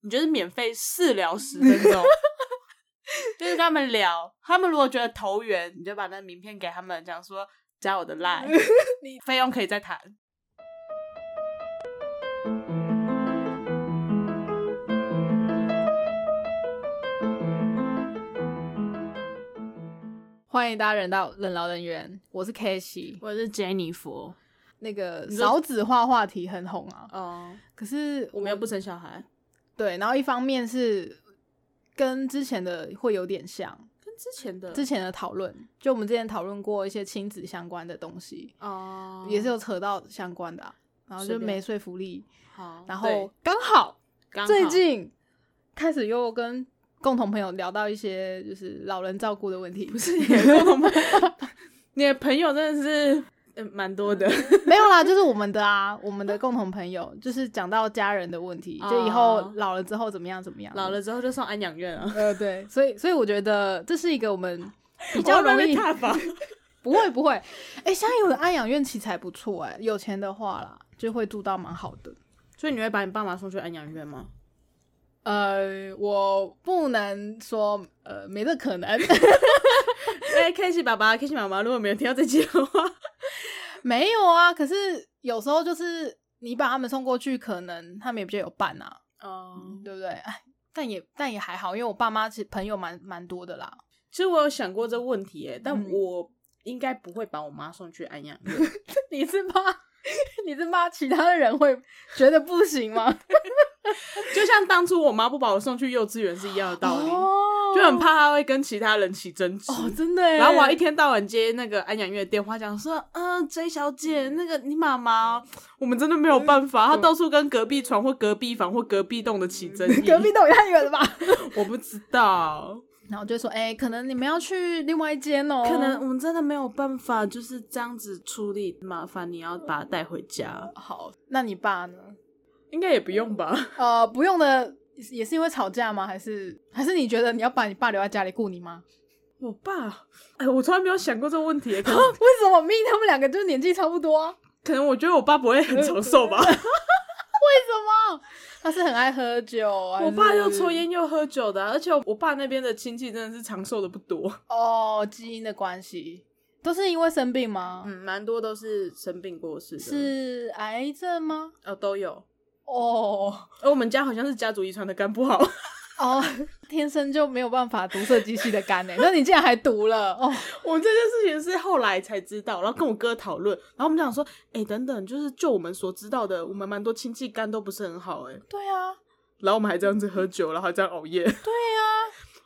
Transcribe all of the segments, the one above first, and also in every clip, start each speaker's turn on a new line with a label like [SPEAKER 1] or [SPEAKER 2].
[SPEAKER 1] 你就是免费试聊十分钟， 就是跟他们聊。他们如果觉得投缘，你就把那名片给他们，讲说加 我的 line，
[SPEAKER 2] 你
[SPEAKER 1] 费用可以再谈。
[SPEAKER 2] 欢迎大家人到人劳人缘，我是 k a s e y
[SPEAKER 1] 我是杰尼佛，
[SPEAKER 2] 那个
[SPEAKER 1] 你说
[SPEAKER 2] 少子化话题很红啊，
[SPEAKER 1] 哦，
[SPEAKER 2] 可是
[SPEAKER 1] 我们又不生小孩，
[SPEAKER 2] 对，然后一方面是跟之前的会有点像，
[SPEAKER 1] 跟之前的
[SPEAKER 2] 之前的讨论，就我们之前讨论过一些亲子相关的东西，
[SPEAKER 1] 哦
[SPEAKER 2] 也是有扯到相关的啊、然后
[SPEAKER 1] 随
[SPEAKER 2] 就
[SPEAKER 1] 便
[SPEAKER 2] 没说服力，
[SPEAKER 1] 好，
[SPEAKER 2] 然
[SPEAKER 1] 哦对
[SPEAKER 2] 后刚好
[SPEAKER 1] 刚好
[SPEAKER 2] 最近开始又跟共同朋友聊到一些就是老人照顾的问题，不是
[SPEAKER 1] 你的朋友真的是嗯蛮多的，
[SPEAKER 2] 没有啦，就是我们的啊，我们的共同朋友，就是讲到家人的问题，就以后
[SPEAKER 1] 哦
[SPEAKER 2] 老了之后怎么样怎么样，
[SPEAKER 1] 老了之后就送安养院啊，
[SPEAKER 2] 呃对，所以所以我觉得这是一个我们比
[SPEAKER 1] 比
[SPEAKER 2] 较容易
[SPEAKER 1] 踏伐。
[SPEAKER 2] 不会不会，哎、香像有的安养院其实还不错哎、有钱的话啦，就会住到蛮好的。
[SPEAKER 1] 所以你会把你爸妈送去安养院吗？
[SPEAKER 2] 呃，我不能说呃没这可能，
[SPEAKER 1] 哎 k a s e y 爸爸 k a s e y 妈妈，如果没有听到这句的话，
[SPEAKER 2] 没有啊。可是有时候就是你把他们送过去，可能他们也比较有伴啊，
[SPEAKER 1] 哦，
[SPEAKER 2] 对不对？哎，但也但也还好，因为我爸妈其实朋友蛮蛮多的啦。
[SPEAKER 1] 其实我有想过这问题耶，但
[SPEAKER 2] 嗯
[SPEAKER 1] 我应该不会把我妈送去安养院。
[SPEAKER 2] 你是怕你是怕其他的人会觉得不行 吗？
[SPEAKER 1] 就像当初我妈不把我送去幼稚园是一样的道理，
[SPEAKER 2] 哦
[SPEAKER 1] 就很怕她会跟其他人起争执。
[SPEAKER 2] 哦，真的欸。
[SPEAKER 1] 然后我还一天到晚接那个安养院的电话，讲说，嗯、j 嗯小姐，那个你妈妈，哦我们真的没有办法，她到处跟隔壁床或隔壁房或隔壁栋的起 争议。
[SPEAKER 2] 隔壁都也太远了吧？
[SPEAKER 1] 我不知道，
[SPEAKER 2] 然后就说，哎、可能你们要去另外一间哦，
[SPEAKER 1] 可能我们真的没有办法就是这样子处理，麻烦你要把她带回家，
[SPEAKER 2] 好，那你爸呢？
[SPEAKER 1] 应该也不用吧？
[SPEAKER 2] 呃，不用的，也是因为吵架吗？还是还是你觉得你要把你爸留在家里顾你妈？
[SPEAKER 1] 我爸，哎，我从来没有想过这个问题，可
[SPEAKER 2] 啊
[SPEAKER 1] 能
[SPEAKER 2] 为什么命他们两个就是年纪差不多、啊？
[SPEAKER 1] 可能我觉得我爸不会很长寿 吧。
[SPEAKER 2] 为什么？他是很爱喝酒，啊
[SPEAKER 1] 我
[SPEAKER 2] 还是
[SPEAKER 1] 爸又抽烟又喝酒的啊、而且我爸那边的亲戚真的是长寿的不多，
[SPEAKER 2] 哦，基因的关系，都是因为生病吗？
[SPEAKER 1] 嗯，蛮多都是生病过世的，
[SPEAKER 2] 是癌症吗？
[SPEAKER 1] 呃都有。
[SPEAKER 2] 哦
[SPEAKER 1] 而我们家好像是家族遗传的肝不好，
[SPEAKER 2] 哦，天生就没有办法毒射机器的肝诶、那你竟然还毒了哦！
[SPEAKER 1] 我这件事情是后来才知道，然后跟我哥讨论，然后我们讲说，哎、等等，就是就我们所知道的，我们蛮多亲戚肝都不是很好、哎，
[SPEAKER 2] 对啊，
[SPEAKER 1] 然后我们还这样子喝酒，然后还这样熬夜，对 呀、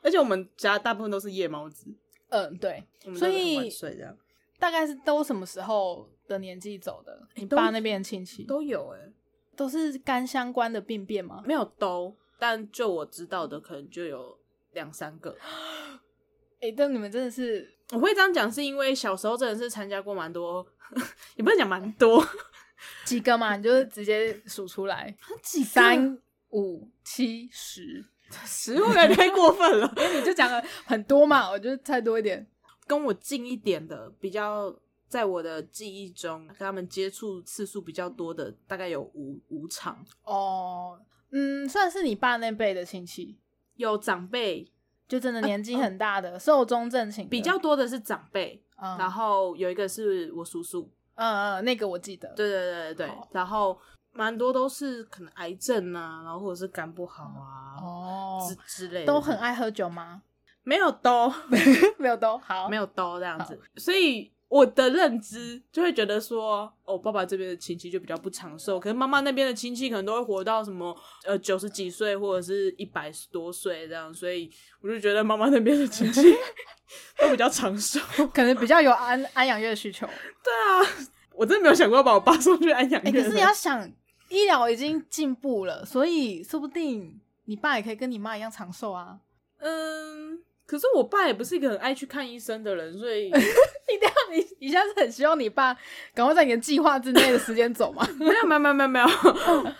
[SPEAKER 1] 而且我们家大部分都是夜猫子，
[SPEAKER 2] 嗯，对，
[SPEAKER 1] 我们都
[SPEAKER 2] 所
[SPEAKER 1] 是很
[SPEAKER 2] 以
[SPEAKER 1] 晚睡这样
[SPEAKER 2] 大概是都什么时候的年纪走的？
[SPEAKER 1] 欸
[SPEAKER 2] 你
[SPEAKER 1] 都
[SPEAKER 2] 爸那边的亲戚
[SPEAKER 1] 都有、哎，
[SPEAKER 2] 都是肝相关的病变吗？
[SPEAKER 1] 没有都，但就我知道的，可能就有两三个。
[SPEAKER 2] 哎、但你们真的是
[SPEAKER 1] 我会这样讲，是因为小时候真的是参加过蛮多， 也不能讲蛮 多，
[SPEAKER 2] 几个嘛？你就是直接数出来，
[SPEAKER 1] 几
[SPEAKER 2] 三五七十，
[SPEAKER 1] 十我感觉太过分 了。
[SPEAKER 2] 你就讲了很多嘛，我就猜多一点。
[SPEAKER 1] 跟我近一点的，比较在我的记忆中，跟他们接触次数比较多的，大概有五五场。
[SPEAKER 2] 哦，嗯，算是你爸那辈的亲戚，
[SPEAKER 1] 有长辈
[SPEAKER 2] 就真的年纪很大的，寿终正寝的，
[SPEAKER 1] 比较多的是长辈，
[SPEAKER 2] 嗯
[SPEAKER 1] 然后有一个是我叔叔，
[SPEAKER 2] 嗯嗯，那个我记得，
[SPEAKER 1] 对对对对对
[SPEAKER 2] 好，
[SPEAKER 1] 然后蛮多都是可能癌症啊，然后或者是肝不好啊、
[SPEAKER 2] 哦，
[SPEAKER 1] 之之类的，
[SPEAKER 2] 都很爱喝酒吗？
[SPEAKER 1] 没有都
[SPEAKER 2] 没有都好，
[SPEAKER 1] 没
[SPEAKER 2] 有
[SPEAKER 1] 有都这样子，所以我的认知就会觉得说，哦，爸爸这边的亲戚就比较不长寿，可是妈妈那边的亲戚可能都会活到什么呃九十几岁或者是一百多岁这样，所以我就觉得妈妈那边的亲 戚都比较长寿。
[SPEAKER 2] 可能比较有安安养院的需 求。
[SPEAKER 1] 我真的没有想过要把我爸送去安养
[SPEAKER 2] 啊哎、
[SPEAKER 1] 院、
[SPEAKER 2] 可是你要想，医疗已经进步了，所以说不定你爸也可以跟你妈一样长寿啊。
[SPEAKER 1] 嗯。可是我爸也不是一个很爱去看医生的人，所以
[SPEAKER 2] 你这样，你你现在是很希望你爸赶快在你的计划之内的时间走吗？
[SPEAKER 1] 没有没有没有没有 没有，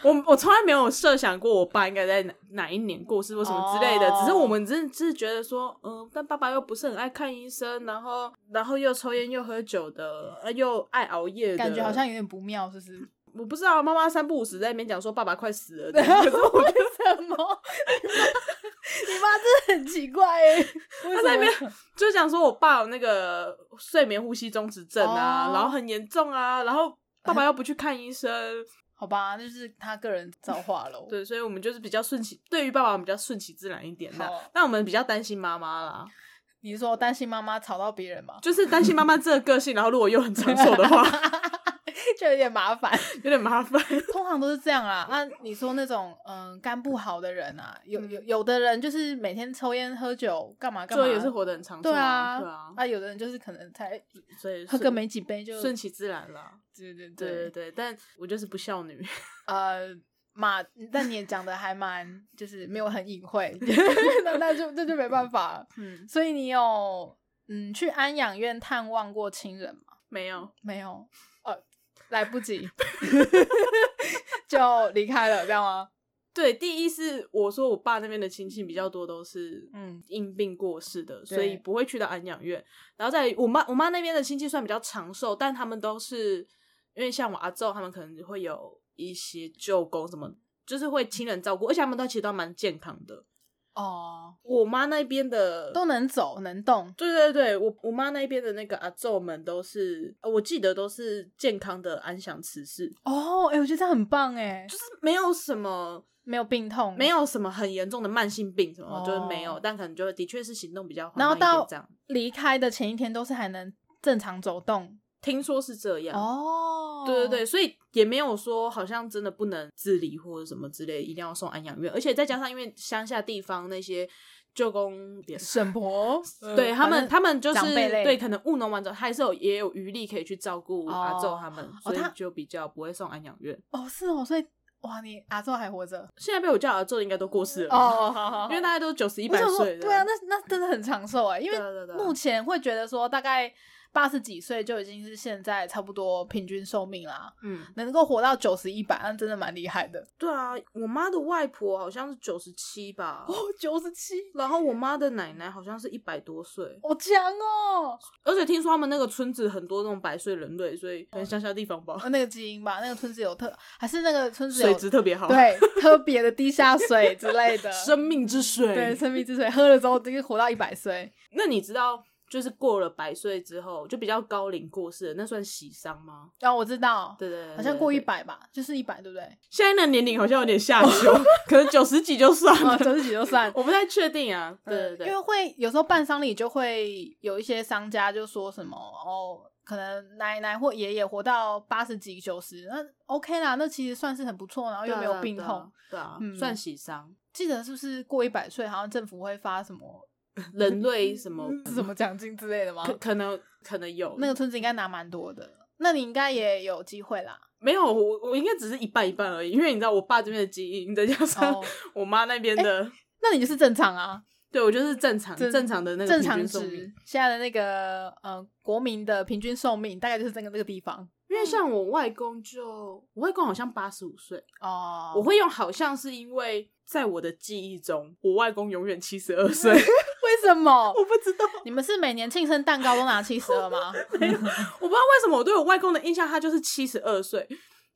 [SPEAKER 1] 我我从来没有设想过我爸应该在哪哪一年过世或什么之类的
[SPEAKER 2] 哦
[SPEAKER 1] 只是我们真的是觉得说，嗯、但爸爸又不是很爱看医生，然后然后又抽烟又喝酒的，呃又爱熬夜的，
[SPEAKER 2] 感觉好像有点不妙，是不是？
[SPEAKER 1] 我不知道妈妈三不五时在那边讲说爸爸快死了，可 是我
[SPEAKER 2] 为什么？你妈你妈真的很奇怪 哎、
[SPEAKER 1] 她在那边就讲说我爸有那个睡眠呼吸中止症啊，
[SPEAKER 2] 哦
[SPEAKER 1] 然后很严重啊，然后爸爸又不去看医生，
[SPEAKER 2] 好吧，那就是他个人造化喽。
[SPEAKER 1] 对，所以我们就是比较顺其，对于爸爸我们比较顺其自然一点的
[SPEAKER 2] 好，
[SPEAKER 1] 但我们比较担心妈妈啦，
[SPEAKER 2] 你是说担心妈妈吵到别人吗？
[SPEAKER 1] 就是担心妈妈这个个性，然后如果又很长寿的 话，
[SPEAKER 2] 就有点麻烦。
[SPEAKER 1] 有点麻烦。
[SPEAKER 2] 通常都是这样啦。那、你说那种嗯肝不好的人啊，有有有的人就是每天抽烟喝酒，干嘛干嘛，
[SPEAKER 1] 这也是活得很长寿
[SPEAKER 2] 对
[SPEAKER 1] 啊，
[SPEAKER 2] 啊
[SPEAKER 1] 对啊，
[SPEAKER 2] 啊，有的人就是可能才
[SPEAKER 1] 所以
[SPEAKER 2] 喝
[SPEAKER 1] 顺
[SPEAKER 2] 个没几杯就
[SPEAKER 1] 顺其自然啦。
[SPEAKER 2] 对对
[SPEAKER 1] 对对对，但我就是不孝女，
[SPEAKER 2] 呃。嘛，但你也讲的还蛮，就是没有很隐晦，那那就那就没办法了。
[SPEAKER 1] 嗯，
[SPEAKER 2] 所以你有嗯去安养院探望过亲人吗？
[SPEAKER 1] 没有，
[SPEAKER 2] 没有，呃，来不及 就离开了，这样吗？
[SPEAKER 1] 对，第一是我说我爸那边的亲戚比较多都是
[SPEAKER 2] 嗯
[SPEAKER 1] 因病过世的，所以不会去到安养院。然后在我妈我妈那边的亲戚算比较长寿，但他们都是因为像我阿昼他们可能会有一些舅公什么，就是会亲人照顾，而且他们都其实都蛮健康的。
[SPEAKER 2] 哦，
[SPEAKER 1] 我妈那边的
[SPEAKER 2] 都能走能动，
[SPEAKER 1] 对对对，我我妈那边的那个阿昼们都是，呃我记得都是健康的安详辞世，
[SPEAKER 2] 哦，哎、我觉得这样很棒哎，
[SPEAKER 1] 就是没有什么
[SPEAKER 2] 没有病痛，
[SPEAKER 1] 没。有什么很严重的慢性病什么，
[SPEAKER 2] 哦
[SPEAKER 1] 就是没有，但可能就的确是行动比较缓慢
[SPEAKER 2] 然后
[SPEAKER 1] 一点
[SPEAKER 2] 到
[SPEAKER 1] 这样，
[SPEAKER 2] 离开的前一天都是还能正常走动
[SPEAKER 1] 听说是这样。
[SPEAKER 2] 哦
[SPEAKER 1] 对对对，，所以也没有说好像真的不能自理或者什么之类，一定要送安养院。而且再加上因为乡下地方那些舅公也是，
[SPEAKER 2] 沈 婆，呃
[SPEAKER 1] 对他们
[SPEAKER 2] 反正
[SPEAKER 1] 他们就是
[SPEAKER 2] 长辈类
[SPEAKER 1] 对可能务农完之后，还是有也有余力可以去照顾
[SPEAKER 2] 哦
[SPEAKER 1] 阿昼他们，所
[SPEAKER 2] 哦
[SPEAKER 1] 以
[SPEAKER 2] 他
[SPEAKER 1] 就比较不会送安养院。
[SPEAKER 2] 哦是哦，所以哇，你阿昼还活着
[SPEAKER 1] 现在被我叫阿昼应该都过世了，
[SPEAKER 2] 哦，好好好
[SPEAKER 1] 因为大概都九十一
[SPEAKER 2] 我
[SPEAKER 1] 百
[SPEAKER 2] 想说
[SPEAKER 1] 岁了。
[SPEAKER 2] 对啊，那那真的很长寿哎，因
[SPEAKER 1] 对
[SPEAKER 2] 为
[SPEAKER 1] 啊对啊对啊
[SPEAKER 2] 目前会觉得说大概八十几岁就已经是现在差不多平均寿命啦，
[SPEAKER 1] 嗯，
[SPEAKER 2] 能够活到九十一百，那真的蛮厉害的
[SPEAKER 1] 对啊，我妈的外婆好像是九十七吧，
[SPEAKER 2] 哦，九十七，
[SPEAKER 1] 然后我妈的奶奶好像是一百多岁，
[SPEAKER 2] 好强哦，
[SPEAKER 1] 而且听说他们那个村子很多那种百岁人类，所以可能乡下地方吧，
[SPEAKER 2] 呃那个基因吧，那个村子有特，还是那个村子
[SPEAKER 1] 水
[SPEAKER 2] 有
[SPEAKER 1] 质特别好，，
[SPEAKER 2] 对特别的低下水之类 的，
[SPEAKER 1] 生命之
[SPEAKER 2] 对
[SPEAKER 1] 水。
[SPEAKER 2] 生命之水，喝了之后直接活到一百岁。
[SPEAKER 1] 那你知道，就是过了百岁之后，就比较高龄过世的，那算喜丧吗？
[SPEAKER 2] 然后哦我知道，
[SPEAKER 1] 对对对，
[SPEAKER 2] 好像过一
[SPEAKER 1] 对。对
[SPEAKER 2] 百吧，就是一百，对不对？
[SPEAKER 1] 现在那年龄好像有点下修，可能九十几就算
[SPEAKER 2] 啊，
[SPEAKER 1] 了，
[SPEAKER 2] 九十几就算。嗯
[SPEAKER 1] 我不太确定啊。 对对对，
[SPEAKER 2] 因为会有时候办丧礼就会有一些商家就说什么哦，可能奶奶或爷爷活到八十几、九十，那 OK 啦，那其实算是很不错，然后又没有病痛。
[SPEAKER 1] 啊对啊，对啊，
[SPEAKER 2] 嗯
[SPEAKER 1] 算喜丧。
[SPEAKER 2] 记得是不是过一百岁，好像政府会发什么
[SPEAKER 1] 人类什么
[SPEAKER 2] 嗯 什么奖金之类的吗
[SPEAKER 1] 可？可能可能有
[SPEAKER 2] 哦那个村子应该拿蛮多的，那你应该也有机会 啦。
[SPEAKER 1] 没有我我应该只是一半一半而已，因为你知道我爸这边的基因，再加上
[SPEAKER 2] 哦，
[SPEAKER 1] 我妈那边的，
[SPEAKER 2] 那你就是正常啊，
[SPEAKER 1] 对我就是正常
[SPEAKER 2] 正
[SPEAKER 1] 正常的那个
[SPEAKER 2] 正
[SPEAKER 1] 平
[SPEAKER 2] 常
[SPEAKER 1] 均寿命
[SPEAKER 2] 值。。现在的那个呃，国民的平均寿命大概就是这个这个地方
[SPEAKER 1] 因为像我外公就我外公好像八十五岁，
[SPEAKER 2] 哦。
[SPEAKER 1] 我会用好像是因为在我的记忆中，我外公永远七十 二岁，
[SPEAKER 2] 为什么？
[SPEAKER 1] 我不知道
[SPEAKER 2] 你们是每年庆生蛋糕都拿七十 二吗？
[SPEAKER 1] 我不知道为什么我对我外公的印象他就是七十二岁。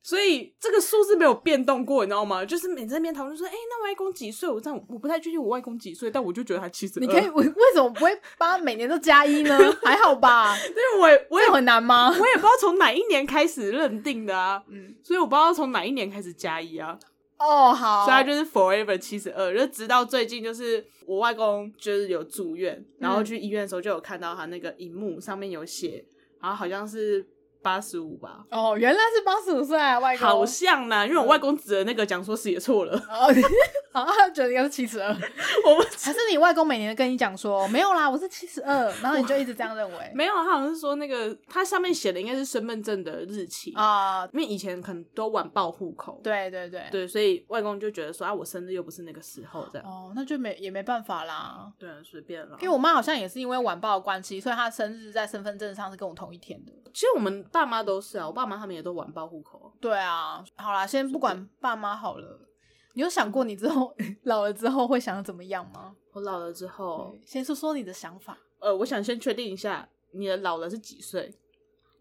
[SPEAKER 1] 所以这个数字没有变动过，你知道吗？就是每次在那边讨论说，哎、那外公几岁？我这样我不太确定我外公几岁，但我就觉得他七十二。
[SPEAKER 2] 你可以，为为什么不会帮他每年都加一呢？还好吧，
[SPEAKER 1] 因为我 也我
[SPEAKER 2] 这
[SPEAKER 1] 也
[SPEAKER 2] 有很难吗？
[SPEAKER 1] 我也不知道从哪一年开始认定的啊，
[SPEAKER 2] 嗯，
[SPEAKER 1] 所以我不知道从哪一年开始加一啊，
[SPEAKER 2] 哦，好，
[SPEAKER 1] 所以他就是 forever 七十二，就直到最近就是我外公就是有住院，然后去医院的时候就有看到他那个荧幕上面有写，然后好像是八十五吧，
[SPEAKER 2] 哦，原来是八十五岁啊，外公
[SPEAKER 1] 好像啊呢，因为我外公指的那个讲说是也错了，
[SPEAKER 2] 哦， 啊，他觉得应该是七 十二，
[SPEAKER 1] 我不
[SPEAKER 2] 还是你外公每年都跟你讲说没有啦，我是七十二，然后你就一直这样认为
[SPEAKER 1] 没有，他好像是说那个他上面写的应该是身份证的日期，
[SPEAKER 2] 啊？
[SPEAKER 1] 因为以前可能都晚报户口，
[SPEAKER 2] 对对对，
[SPEAKER 1] 对，所以外公就觉得说啊，我生日又不是那个时候这样。
[SPEAKER 2] 哦，那就没也没办法啦。
[SPEAKER 1] 对，啊随便了。
[SPEAKER 2] 因为我妈好像也是因为晚报的关系，所以她生日在身份证上是跟我同一天的。
[SPEAKER 1] 其实我们爸妈都是啊，我爸妈他们也都晚报户口。
[SPEAKER 2] 对啊，好啦，先不管爸妈好了。你有想过你之后 老了之后会想怎么样吗？哦
[SPEAKER 1] 我老了之后，
[SPEAKER 2] 先说说你的想法。
[SPEAKER 1] 呃，我想先确定一下，你的老了是几岁？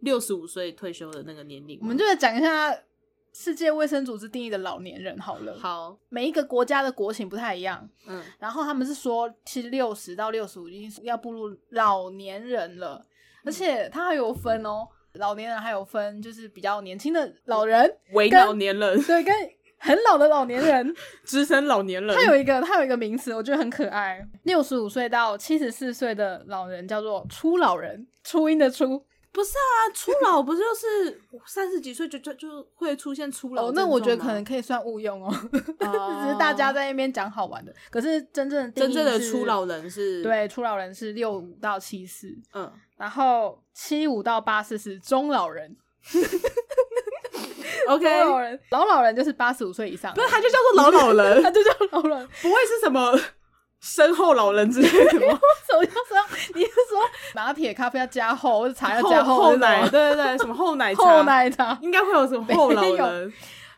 [SPEAKER 1] 六十五岁退休的那个年龄吗，
[SPEAKER 2] 我们就来讲一下世界卫生组织定义的老年人好了。
[SPEAKER 1] 好，
[SPEAKER 2] 每一个国家的国情不太一样，
[SPEAKER 1] 嗯，
[SPEAKER 2] 然后他们是说，其实六十到六十五已经是要步入老年人
[SPEAKER 1] 嗯
[SPEAKER 2] 了，而且它还有分哦，老年人还有分，就是比较年轻的老人，
[SPEAKER 1] 为
[SPEAKER 2] 跟
[SPEAKER 1] 老年人，
[SPEAKER 2] 对，跟很老的老年人，
[SPEAKER 1] 资深老年人
[SPEAKER 2] 它，有一个它有一个名词，我觉得很可爱，六十五岁到七十四岁的老人叫做初老人，初音的初。
[SPEAKER 1] 不是啊，初老不就是三十几岁就就就会出现初老
[SPEAKER 2] 哦，
[SPEAKER 1] 症状
[SPEAKER 2] 那
[SPEAKER 1] 吗？
[SPEAKER 2] 我觉得 可能可以算误用哦，
[SPEAKER 1] 哦
[SPEAKER 2] 只是大家在那边讲好玩的。可是真正的定
[SPEAKER 1] 真
[SPEAKER 2] 义
[SPEAKER 1] 正的
[SPEAKER 2] 是
[SPEAKER 1] 初老人是，，
[SPEAKER 2] 对初老人是六五到七四，
[SPEAKER 1] 嗯，
[SPEAKER 2] 然后七五到八四是中老人，
[SPEAKER 1] OK，
[SPEAKER 2] 中老人老老人就是八十五岁以上
[SPEAKER 1] 不，是，他就叫做老老人
[SPEAKER 2] 他，就叫老人。
[SPEAKER 1] 不会是什么身后老人之类的吗？
[SPEAKER 2] 什么叫说？你是说拿铁咖啡要加厚，或者茶要加
[SPEAKER 1] 后后
[SPEAKER 2] 厚
[SPEAKER 1] 奶，
[SPEAKER 2] 还是什么
[SPEAKER 1] 对对对，什么后奶茶，
[SPEAKER 2] 厚奶茶？
[SPEAKER 1] 应该会有什么后老
[SPEAKER 2] 没有
[SPEAKER 1] 人，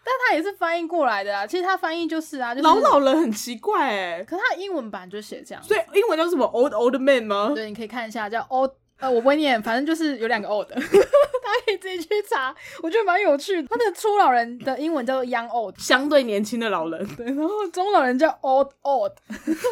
[SPEAKER 2] 但它也是翻译过来的啊。其实它翻译就是啊，就是
[SPEAKER 1] 老，老人很奇怪哎、
[SPEAKER 2] 可是它的英文版就写这样。
[SPEAKER 1] 所以英文叫什么 old old man 吗？
[SPEAKER 2] 对，你可以看一下，叫 old。呃，我不会念，反正就是有两个 old，大家 可以自己去查，我觉得蛮有趣的。它的初老人的英文叫做 young old，
[SPEAKER 1] 相对年轻的老人，
[SPEAKER 2] 对，然后中老人叫 old old，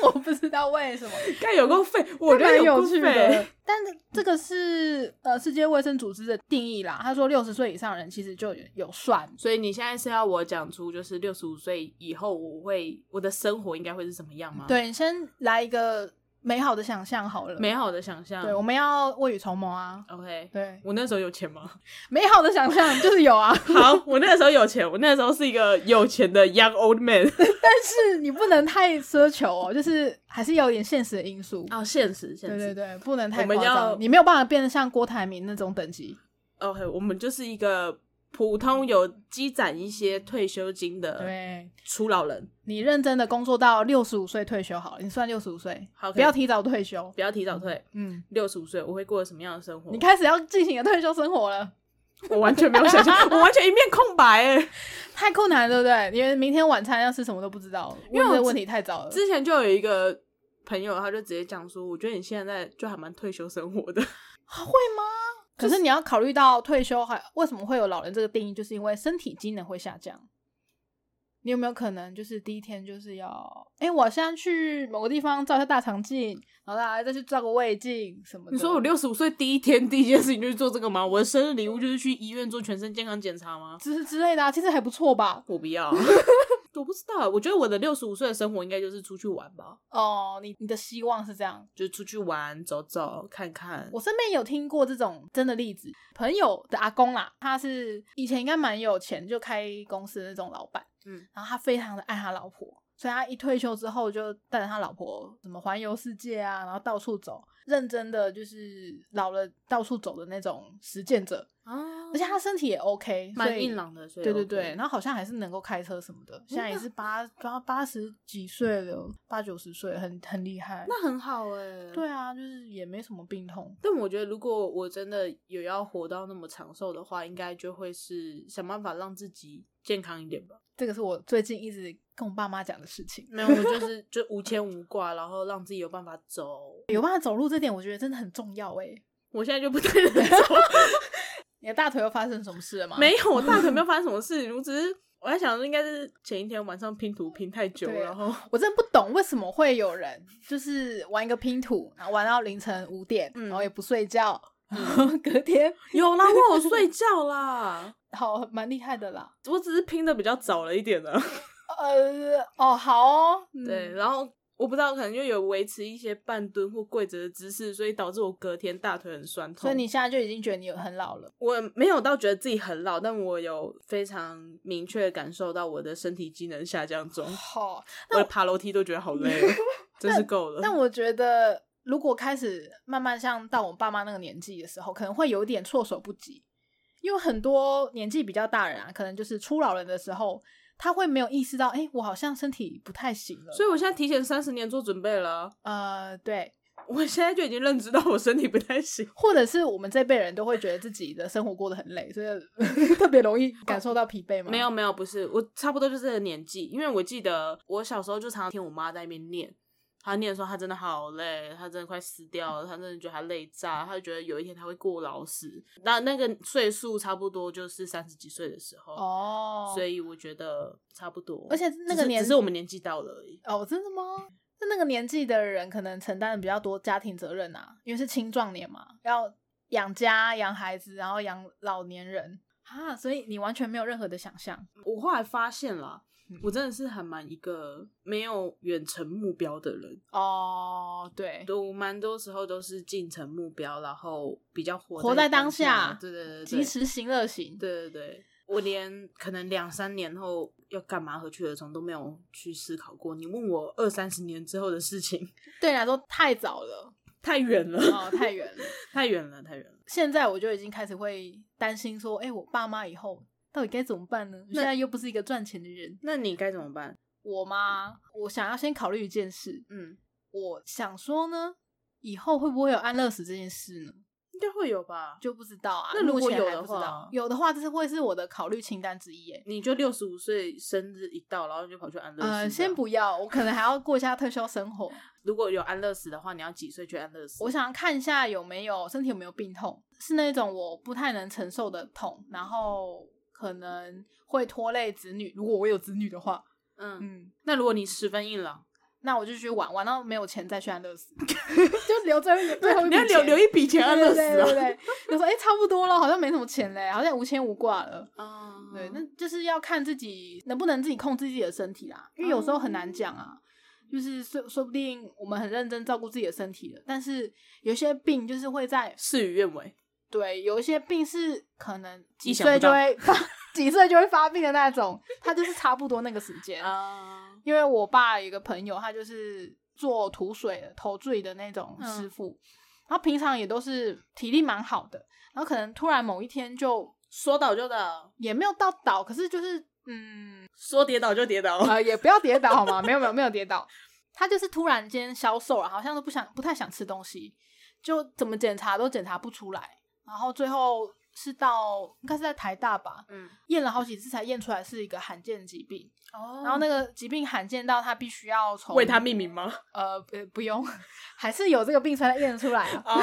[SPEAKER 2] 我 不知道为什么，
[SPEAKER 1] 该有够废，我觉得
[SPEAKER 2] 蛮
[SPEAKER 1] 够
[SPEAKER 2] 有趣
[SPEAKER 1] 废
[SPEAKER 2] 的。。但是这个是呃世界卫生组织的定义啦，他说六十岁以上人其实就有有算，
[SPEAKER 1] 所以你现在是要我讲出，就是六十五岁以后，我会我的生活应该会是什么样吗？，
[SPEAKER 2] 对，你先来一个美好的想象好了，
[SPEAKER 1] 美好的想象。
[SPEAKER 2] 对，我们要未雨绸缪啊，
[SPEAKER 1] OK，
[SPEAKER 2] 对，
[SPEAKER 1] 我那时候有钱吗？
[SPEAKER 2] 美好的想象就是有啊，
[SPEAKER 1] 好，我那时候有钱，我那时候是一个有钱的 young old man。
[SPEAKER 2] 但是你不能太奢求哦，就是还是要有点现实的因素。
[SPEAKER 1] 哦，现实，现
[SPEAKER 2] 对对
[SPEAKER 1] 实。
[SPEAKER 2] 对，不能太
[SPEAKER 1] 我们
[SPEAKER 2] 夸
[SPEAKER 1] 要
[SPEAKER 2] 张，你没有办法变得像郭台铭那种等级。
[SPEAKER 1] OK，我们就是一个普通有积攒一些退休金的
[SPEAKER 2] 对，
[SPEAKER 1] 初老人，
[SPEAKER 2] 你认真的工作到六十五岁退休好了，你算六十五岁，
[SPEAKER 1] 好
[SPEAKER 2] 不要提早退休。
[SPEAKER 1] 不要提早退。
[SPEAKER 2] 嗯，
[SPEAKER 1] 六十五岁我会过什么样的生活
[SPEAKER 2] 你？开始要进行你的退休生活了，
[SPEAKER 1] 我完全没有想象，我完全一面空白哎。
[SPEAKER 2] 太困难了，对不对？因为明天晚餐要吃什么都不知道，
[SPEAKER 1] 因为
[SPEAKER 2] 问
[SPEAKER 1] 我
[SPEAKER 2] 这个
[SPEAKER 1] 之
[SPEAKER 2] 问题太早了。
[SPEAKER 1] 之前就有一个朋友，他就直接讲说，我觉得你现在就还蛮退休生活 的。
[SPEAKER 2] 会吗？可是你要考虑到退休还为什么会有老人这个定义，就是因为身体机能会下降。你有没有可能就是第一天就是要，哎、我现在去某个地方照一下大肠镜，然后大家再去照个胃镜什么的？
[SPEAKER 1] 你说我六十五岁第一天第一件事情就是做这个吗？我的生日礼物就是去医院做全身健康检查吗？
[SPEAKER 2] 之之类的、啊，其实还不错吧？
[SPEAKER 1] 我不 要，我不知道。我觉得我的六十五岁的生活应该就是出去玩吧，
[SPEAKER 2] 哦，你你的希望是这样。
[SPEAKER 1] 就是出去玩、走走、看看。
[SPEAKER 2] 我身边有听过这种真的例子，朋友的阿公啦，他是以前应该蛮有钱，就开公司的那种老板，
[SPEAKER 1] 嗯，
[SPEAKER 2] 然后他非常的爱他老婆，所以他一退休之后就带着他老婆怎么环游世界啊，然后到处走，认真的就是老了到处走的那种实践者，
[SPEAKER 1] 啊
[SPEAKER 2] 而且他身体也 OK，所
[SPEAKER 1] 蛮
[SPEAKER 2] 以
[SPEAKER 1] 硬。朗的，所以
[SPEAKER 2] 对对
[SPEAKER 1] OK
[SPEAKER 2] 对，然后好像还是能够开车什么的，现在也是八八八十几岁了，八九十岁，很很厉害。
[SPEAKER 1] 那很好哎、
[SPEAKER 2] 对。啊，就是也没什么病痛。
[SPEAKER 1] 但我觉得，如果我真的有要活到那么长寿的话，应该就会是想办法让自己健康一点吧。
[SPEAKER 2] 这个是我最近一直跟我爸妈讲的事情。
[SPEAKER 1] 没有，我 就是就无牵无挂，然后让自己有办法走。
[SPEAKER 2] 有办法走路这点，我觉得真的很重要诶、
[SPEAKER 1] 我现在就不太 能走，
[SPEAKER 2] 你的大腿又发生什么事了吗？
[SPEAKER 1] 没有，我大腿 没有发生什么事情，我只是我在想，应该是前一天晚上拼图拼太久，
[SPEAKER 2] 对
[SPEAKER 1] 然 后
[SPEAKER 2] 我真的不懂为什么会有人就是玩一个拼图，然后玩到凌晨五点，
[SPEAKER 1] 嗯
[SPEAKER 2] 然后也不睡觉， 然后隔天
[SPEAKER 1] 有啦，我有睡觉啦，
[SPEAKER 2] 好蛮厉害的啦。
[SPEAKER 1] 我只是拼的比较早了一点啊呢。
[SPEAKER 2] 呃，哦，好哦，嗯
[SPEAKER 1] 对，然后我不知道，可能就有维持一些半蹲或跪着的姿势，所以导致我隔天大腿很酸痛。
[SPEAKER 2] 所以你现在就已经觉得你有很老了，
[SPEAKER 1] 我没有到觉得自己很老，但我有非常明确地感受到我的身体机能下降中，
[SPEAKER 2] 好、
[SPEAKER 1] 我的爬楼梯都觉得好累， 真是够了。
[SPEAKER 2] 但我觉得如果开始慢慢像到我爸妈那个年纪的时候，可能会有点措手不及，因为很多年纪比较大人啊，可能就是初老人的时候，他会没有意识到，哎、我好像身体不太行了。
[SPEAKER 1] 所以我现在提前三十年做准备了，啊
[SPEAKER 2] 呃，对，
[SPEAKER 1] 我现在就已经认知到我身体不太行。
[SPEAKER 2] 或者是我们这辈人都会觉得自己的生活过得很累，所以 特别容易感受到疲惫嘛。
[SPEAKER 1] 没有，没有，不是，我差不多就是这个年纪，因为我记得我小时候就常常听我妈在那边念，他念说他真的好累，他真的快死掉了，他真的觉得他累炸，他就觉得有一天他会过劳死。那那个岁数差不多就是三十几岁的时候，
[SPEAKER 2] 哦，
[SPEAKER 1] 所以我觉得差不多。
[SPEAKER 2] 而且那
[SPEAKER 1] 只
[SPEAKER 2] 个
[SPEAKER 1] 是
[SPEAKER 2] 年
[SPEAKER 1] 只是我们年纪到了而已。
[SPEAKER 2] 哦，真的吗？那那个年纪的人可能承担的比较多家庭责任啊，因为是青壮年嘛，要养家、养孩子，然后养老年人啊，所以你完全没有任何的想象。
[SPEAKER 1] 我后来发现啦
[SPEAKER 2] 嗯，
[SPEAKER 1] 我真的是还蛮一个没有远程目标的人。
[SPEAKER 2] 哦，对，
[SPEAKER 1] 对，我蛮多时候都是近程目标，然后比较活
[SPEAKER 2] 活在当
[SPEAKER 1] 下
[SPEAKER 2] 下。
[SPEAKER 1] 对对对对，
[SPEAKER 2] 及时行乐型，
[SPEAKER 1] 对对对，我连可能两三年后要干嘛何去何从都没有去思考过。你问我二三十年之后的事情，
[SPEAKER 2] 对你来说太早了，
[SPEAKER 1] 太远了，
[SPEAKER 2] 哦，太远了。
[SPEAKER 1] 太远了，太远了。
[SPEAKER 2] 现在我就已经开始会担心说，哎、我爸妈以后到底该怎么办呢？我现在又不是一个赚钱的人。
[SPEAKER 1] 那你该怎么办？
[SPEAKER 2] 我吗？我想要先考虑一件事，
[SPEAKER 1] 嗯，
[SPEAKER 2] 我想说呢，以后会不会有安乐死这件事呢？
[SPEAKER 1] 应该会有吧？
[SPEAKER 2] 就不知道啊。
[SPEAKER 1] 那如果
[SPEAKER 2] 目前
[SPEAKER 1] 有
[SPEAKER 2] 还
[SPEAKER 1] 的
[SPEAKER 2] 不知道
[SPEAKER 1] 话
[SPEAKER 2] 有的话，这是会是我的考虑清单之一耶。
[SPEAKER 1] 你就六十五岁生日一到，然后就跑去安乐死。
[SPEAKER 2] 呃，先。不要，我可能还要过一下退休生活。
[SPEAKER 1] 如果有安乐死的话，你要几岁去安乐死？
[SPEAKER 2] 我想看一下有没有身体有没有病痛，是那种我不太能承受的痛，然后可能会拖累子女。如果我有子女的话，
[SPEAKER 1] 嗯，
[SPEAKER 2] 嗯，
[SPEAKER 1] 那如果你十分硬朗，
[SPEAKER 2] 那我就去玩，玩到没有钱再去安乐死， 就留最后一个最后一
[SPEAKER 1] 你
[SPEAKER 2] 笔
[SPEAKER 1] 要留
[SPEAKER 2] 钱
[SPEAKER 1] 留一笔钱安乐死
[SPEAKER 2] 对对对
[SPEAKER 1] 啊。
[SPEAKER 2] 对对， 就说哎、诶差不多了，好像没什么钱嘞，好像无牵无挂了。
[SPEAKER 1] 啊
[SPEAKER 2] 对，那就是要看自己能不能自己控制自己的身体啦，
[SPEAKER 1] 嗯
[SPEAKER 2] 因为有时候很难讲啊。就是说，说不定我们很认真照顾自己的身体了，但是有些病就是会在
[SPEAKER 1] 事与愿违。
[SPEAKER 2] 对，有一些病是可能几
[SPEAKER 1] 意想不
[SPEAKER 2] 岁就
[SPEAKER 1] 到
[SPEAKER 2] 会发， 几岁就会发病的那种，他就是差不多那个时 间。
[SPEAKER 1] 啊，
[SPEAKER 2] 因为我爸有一个朋友，他就是做土水的、投醉的那种
[SPEAKER 1] 嗯
[SPEAKER 2] 师傅，然后平常也都是体力蛮好的，然后可能突然某一天就
[SPEAKER 1] 说倒就倒，
[SPEAKER 2] 也没有到倒，可 是就是嗯
[SPEAKER 1] 说跌倒就跌倒。
[SPEAKER 2] 呃也不要跌倒好吗？没有没有没有跌倒，他就是突然间消瘦了，好像都不想不太想吃东西，就怎么检查都检查不出来，然后最后是到应该是在台大吧，
[SPEAKER 1] 嗯，
[SPEAKER 2] 验了好几次才验出来是一个罕见疾病，
[SPEAKER 1] 哦
[SPEAKER 2] 然后那个疾病罕见到他必须要从
[SPEAKER 1] 为他命名吗？
[SPEAKER 2] 呃，不，不用， 还是有这个病才能验得出来啊。
[SPEAKER 1] 哦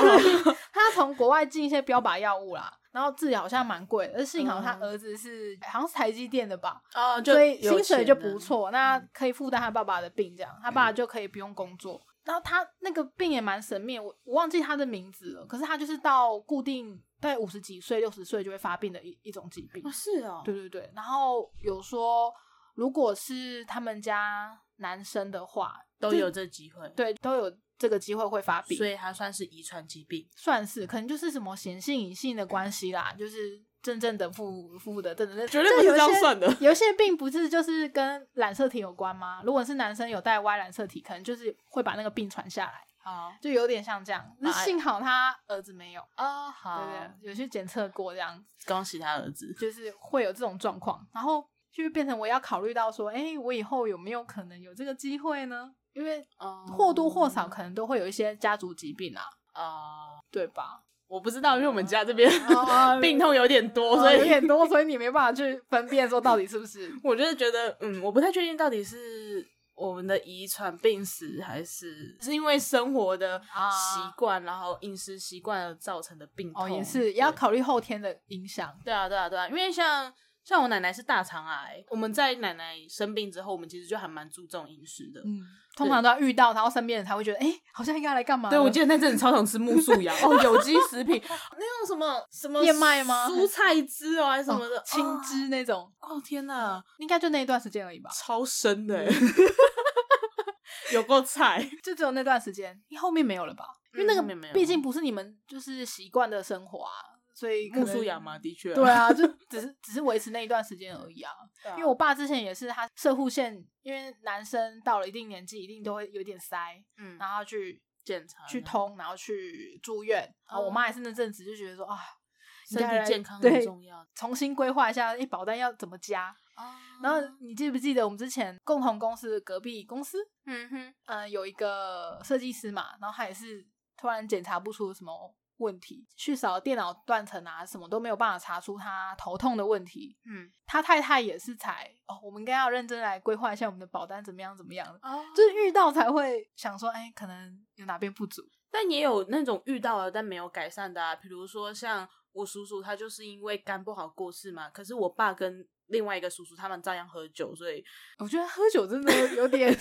[SPEAKER 2] 他从国外进一些标靶药物啦，然后治疗好像蛮贵的，而幸好他
[SPEAKER 1] 嗯
[SPEAKER 2] 儿子是、好像是台积电的吧，
[SPEAKER 1] 哦，
[SPEAKER 2] 所以薪水就不
[SPEAKER 1] 不。
[SPEAKER 2] 错，那
[SPEAKER 1] 嗯
[SPEAKER 2] 可以负担他爸爸的病，这样他爸爸就可以不用工作。然后他那个病也蛮神秘，我我忘记他的名字了，可是他就是到固定大概五十几岁、六十岁就会发病的一一种疾病。
[SPEAKER 1] 是哦
[SPEAKER 2] 对，对对，然后有说，如果是他们家男生的话，
[SPEAKER 1] 都有这机会，
[SPEAKER 2] 对，都有这个机会会发病，
[SPEAKER 1] 所以它算是遗传疾病。
[SPEAKER 2] 算是可能就是什么显性隐性的关系啦，就是正正的负负的正正的，
[SPEAKER 1] 绝对
[SPEAKER 2] 就
[SPEAKER 1] 不是
[SPEAKER 2] 有一
[SPEAKER 1] 这样
[SPEAKER 2] 些
[SPEAKER 1] 算的
[SPEAKER 2] 有一些病不是就是跟染色体有关吗？如果是男生有带 Y 染色体，可能就是会把那个病传下来，
[SPEAKER 1] 好
[SPEAKER 2] 就有点像这样。那
[SPEAKER 1] 哎
[SPEAKER 2] 幸好他儿子没有，
[SPEAKER 1] 啊，
[SPEAKER 2] 对
[SPEAKER 1] 好
[SPEAKER 2] 不对，有去检测过这样子。
[SPEAKER 1] 恭喜他儿子。
[SPEAKER 2] 就是会有这种状况，然后就会变成我要考虑到说，哎、我以后有没有可能有这个机会呢？因为
[SPEAKER 1] 哦
[SPEAKER 2] 或多或少可能都会有一些家族疾病啊，
[SPEAKER 1] 啊，
[SPEAKER 2] 对吧？
[SPEAKER 1] 我不知道，因为我们家这边
[SPEAKER 2] 哦
[SPEAKER 1] 病痛有点多，
[SPEAKER 2] 哦
[SPEAKER 1] 所
[SPEAKER 2] 有
[SPEAKER 1] 以
[SPEAKER 2] 点多，所以你没办法去分辨说到底是不是
[SPEAKER 1] 我就是觉得，嗯，我不太确定到底是。我们的遗传病史，还是是因为生活的
[SPEAKER 2] 啊
[SPEAKER 1] 习惯，然后饮食习惯而造成的病痛？
[SPEAKER 2] 哦，也是要
[SPEAKER 1] 对
[SPEAKER 2] 考虑后天的影响。
[SPEAKER 1] 对啊，对啊，对啊，因为像像我奶奶是大肠癌，我们在奶奶生病之后，我们其实就还蛮注重饮食的。
[SPEAKER 2] 嗯，通常都要遇到，然后身边人才会觉得，哎、好像应该来干嘛了？
[SPEAKER 1] 对，我记得那阵子超常吃木素芽哦，有机食 品，那种什么什么
[SPEAKER 2] 燕麦吗
[SPEAKER 1] 蔬菜汁哦，还是什么的、
[SPEAKER 2] 哦青汁那种，
[SPEAKER 1] 哦。哦天哪，
[SPEAKER 2] 应该就那一段时间而已吧，
[SPEAKER 1] 超深的欸，
[SPEAKER 2] 欸
[SPEAKER 1] 有够 菜。
[SPEAKER 2] 就只有那段时间，后面没有了吧？因为
[SPEAKER 1] 嗯
[SPEAKER 2] 那
[SPEAKER 1] 后嗯面没
[SPEAKER 2] 个
[SPEAKER 1] 有
[SPEAKER 2] 毕竟不是你们就是习惯的生活啊，所以可
[SPEAKER 1] 木
[SPEAKER 2] 能
[SPEAKER 1] 素芽嘛，的确、
[SPEAKER 2] 对啊，就 只是只是维持那一段时间而已啊。
[SPEAKER 1] 对啊，
[SPEAKER 2] 因为我爸之前也是，他射护线，因为男生到了一定年纪，一定都会有点塞，
[SPEAKER 1] 嗯
[SPEAKER 2] 然后去
[SPEAKER 1] 检查
[SPEAKER 2] 去
[SPEAKER 1] 呢
[SPEAKER 2] 通，然后去住院。然后我
[SPEAKER 1] 哦
[SPEAKER 2] 妈也是那阵子就觉得说啊，应
[SPEAKER 1] 身
[SPEAKER 2] 该来
[SPEAKER 1] 体健康
[SPEAKER 2] 对
[SPEAKER 1] 很重要
[SPEAKER 2] 重新规划一下，哎，保单要怎么加？
[SPEAKER 1] 啊
[SPEAKER 2] 然后你记不记得我们之前共同公司隔壁公司，呃
[SPEAKER 1] 嗯哼，
[SPEAKER 2] 嗯、有一个设计师嘛，然后他也是突然检查不出什么问题，去扫电脑断层啊，什么都没有办法查出他头痛的问题。
[SPEAKER 1] 嗯，
[SPEAKER 2] 他太太也是才哦，我们应该要认真来规划一下我们的保单怎么样怎么样的，
[SPEAKER 1] 哦，就
[SPEAKER 2] 就是遇到才会想说，哎，可能有哪边不足。
[SPEAKER 1] 但也有那种遇到了但没有改善的啊，比如说像我叔叔，他就是因为肝不好过世嘛。可是我爸跟另外一个叔叔他们照样喝酒，所以
[SPEAKER 2] 我觉得喝酒真的有 点，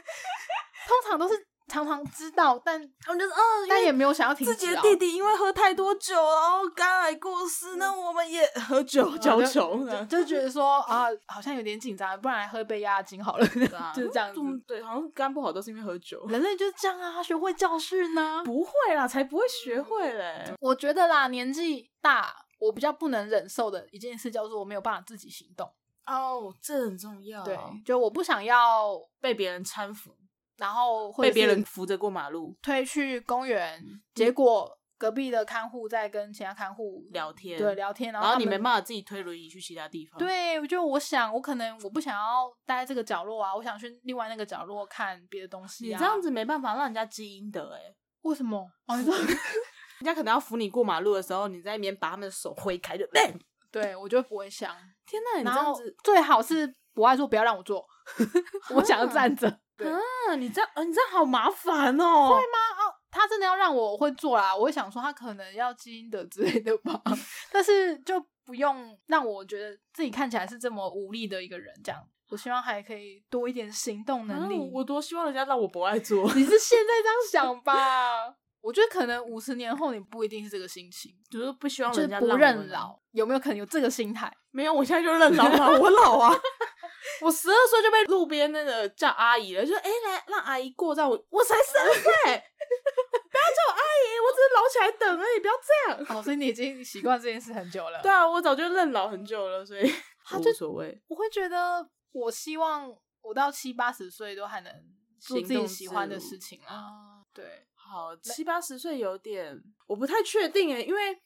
[SPEAKER 2] 通常都是常常知道，但
[SPEAKER 1] 他们就是嗯，
[SPEAKER 2] 但也没有想要停止、
[SPEAKER 1] 自
[SPEAKER 2] 哦。嗯
[SPEAKER 1] 己的弟弟因为喝太多酒，然后肝癌过世，那我们也喝酒浇愁
[SPEAKER 2] 哦就
[SPEAKER 1] 呢。
[SPEAKER 2] 就觉得说啊，好像有点紧张，不然来喝一杯压压惊好了， 就是这样子。
[SPEAKER 1] 啊对，好像肝不好都是因为喝 酒。
[SPEAKER 2] 啊人类就是这样啊，他学会教训 呢、嗯
[SPEAKER 1] 不会啦，才不会学会嘞。
[SPEAKER 2] 我觉得啦，年纪大，我比较不能忍受的一件事叫做我没有办法自己行动。
[SPEAKER 1] 哦，这很重要
[SPEAKER 2] 对，就我不想要，
[SPEAKER 1] 被别人搀扶，
[SPEAKER 2] 然后或者
[SPEAKER 1] 被别
[SPEAKER 2] 是
[SPEAKER 1] 人扶着过马路
[SPEAKER 2] 推去公园，
[SPEAKER 1] 嗯
[SPEAKER 2] 结果隔壁的看护在跟其他看护
[SPEAKER 1] 聊天，
[SPEAKER 2] 对，聊天，然
[SPEAKER 1] 然
[SPEAKER 2] 后
[SPEAKER 1] 后
[SPEAKER 2] 他
[SPEAKER 1] 你没
[SPEAKER 2] 们
[SPEAKER 1] 办法自己推轮椅去其他地方。，
[SPEAKER 2] 对，我就我想，我可能我不想要待在这个角落啊，我想去另外那个角落看别的东
[SPEAKER 1] 你
[SPEAKER 2] 西、啊。
[SPEAKER 1] 这样子没办法让人家积阴德哎。
[SPEAKER 2] 为什么？哦， 你知道
[SPEAKER 1] 人家可能要扶你过马路的时候，你在那边把他们的手挥开，就天
[SPEAKER 2] 对我就不会想。
[SPEAKER 1] 哪，你这
[SPEAKER 2] 然
[SPEAKER 1] 样
[SPEAKER 2] 后
[SPEAKER 1] 子，
[SPEAKER 2] 最好是不爱说不要让我 坐，我想要站着。对啊，
[SPEAKER 1] 啊，你这样，啊你这样好麻烦哦。
[SPEAKER 2] 他真的要让我我会做啦，我会想说他可能要基因的之类的 吧，但是就不用让我觉得自己看起来是这么无力的一个人这样。我希望还可以多一点行动能力。
[SPEAKER 1] 啊我多希望人家让我不爱做。
[SPEAKER 2] 你是现在这样想吧？我觉得可能五十年后你不一定是这个心情，
[SPEAKER 1] 就是不希望
[SPEAKER 2] 就是
[SPEAKER 1] 人家
[SPEAKER 2] 不
[SPEAKER 1] 让我
[SPEAKER 2] 认老，有没有可能有这个心态？
[SPEAKER 1] 没有，我现在就认老了， 我老啊！我十二岁就被路边那个叫阿姨了，就哎、诶来让阿姨过，让我我才十二岁， 不要叫我阿姨，我只是老起来等而已，不要这样。
[SPEAKER 2] 哦，所以你已经习惯这件事很久 了。
[SPEAKER 1] 对，啊，我早就认老很久了，所以
[SPEAKER 2] 他
[SPEAKER 1] 我
[SPEAKER 2] 就
[SPEAKER 1] 无所谓。
[SPEAKER 2] 我会觉得，我希望我到七八十岁都还能做
[SPEAKER 1] 行
[SPEAKER 2] 自己
[SPEAKER 1] 动
[SPEAKER 2] 喜
[SPEAKER 1] 自
[SPEAKER 2] 欢的
[SPEAKER 1] 如
[SPEAKER 2] 事情啊。
[SPEAKER 1] 啊，
[SPEAKER 2] 对，
[SPEAKER 1] 好，七八十岁有点，我不太确定欸诶，因为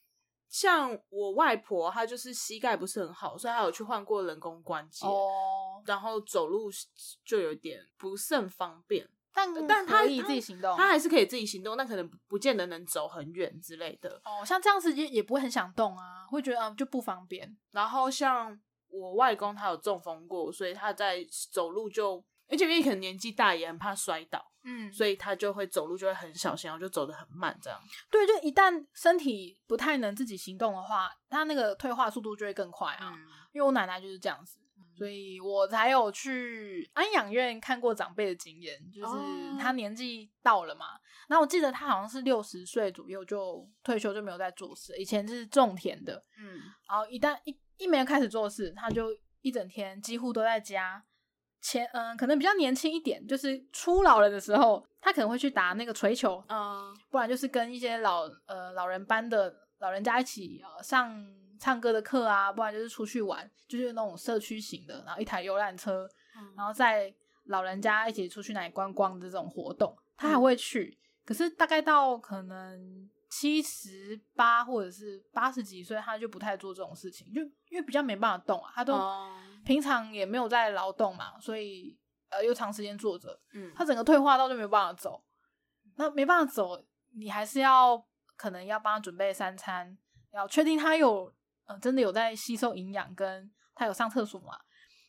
[SPEAKER 1] 像我外婆，她就是膝盖不是很好，所以她有去换过人工关节，
[SPEAKER 2] 哦，
[SPEAKER 1] 然后走路就有点不甚方便。
[SPEAKER 2] 但
[SPEAKER 1] 呃但他
[SPEAKER 2] 可以
[SPEAKER 1] 他
[SPEAKER 2] 自己行动。
[SPEAKER 1] 他还是可以自己行动，但可能不不见得能走很远之类的。
[SPEAKER 2] 哦，像这样子也也不会很想动啊，会觉得啊就不方便。
[SPEAKER 1] 然后像我外公，他有中风过，所以他在走路就，而且因为可能年纪大，也很怕摔倒，
[SPEAKER 2] 嗯
[SPEAKER 1] 所以他就会走路就会很小心，然后就走得很慢这样。
[SPEAKER 2] 对，就一旦身体不太能自己行动的话，他那个退化速度就会更快
[SPEAKER 1] 嗯
[SPEAKER 2] 啊。因为我奶奶就是这样子，所以我才有去安养院看过长辈的经验，就是
[SPEAKER 1] 哦
[SPEAKER 2] 她年纪到了嘛。然后我记得她好像是六十岁左右就退休，就没有在做事。以前是种田的，
[SPEAKER 1] 嗯，
[SPEAKER 2] 然后一旦一一没有开始做事，她就一整天几乎都在家。前嗯、可能比较年轻一点，就是初老了的时候，她可能会去打那个锤球，
[SPEAKER 1] 嗯，
[SPEAKER 2] 不然就是跟一些老呃老人班的老人家一起、呃、上唱歌的课啊，不然就是出去玩，就是那种社区型的，然后一台游览车，
[SPEAKER 1] 嗯
[SPEAKER 2] 然后在老人家一起出去哪里观光的这种活动，他还会去。可是大概到可能七十八或者是八十几岁，他就不太做这种事情，就因为比较没办法动啊，他都、
[SPEAKER 1] 哦
[SPEAKER 2] 平常也没有在劳动嘛，所以呃又长时间坐着，
[SPEAKER 1] 嗯，
[SPEAKER 2] 他整个退化到就没有办法走。那没办法走，你还是要可能要帮他准备三餐，要确定他有呃真的有在吸收营养，跟他有上厕所嘛。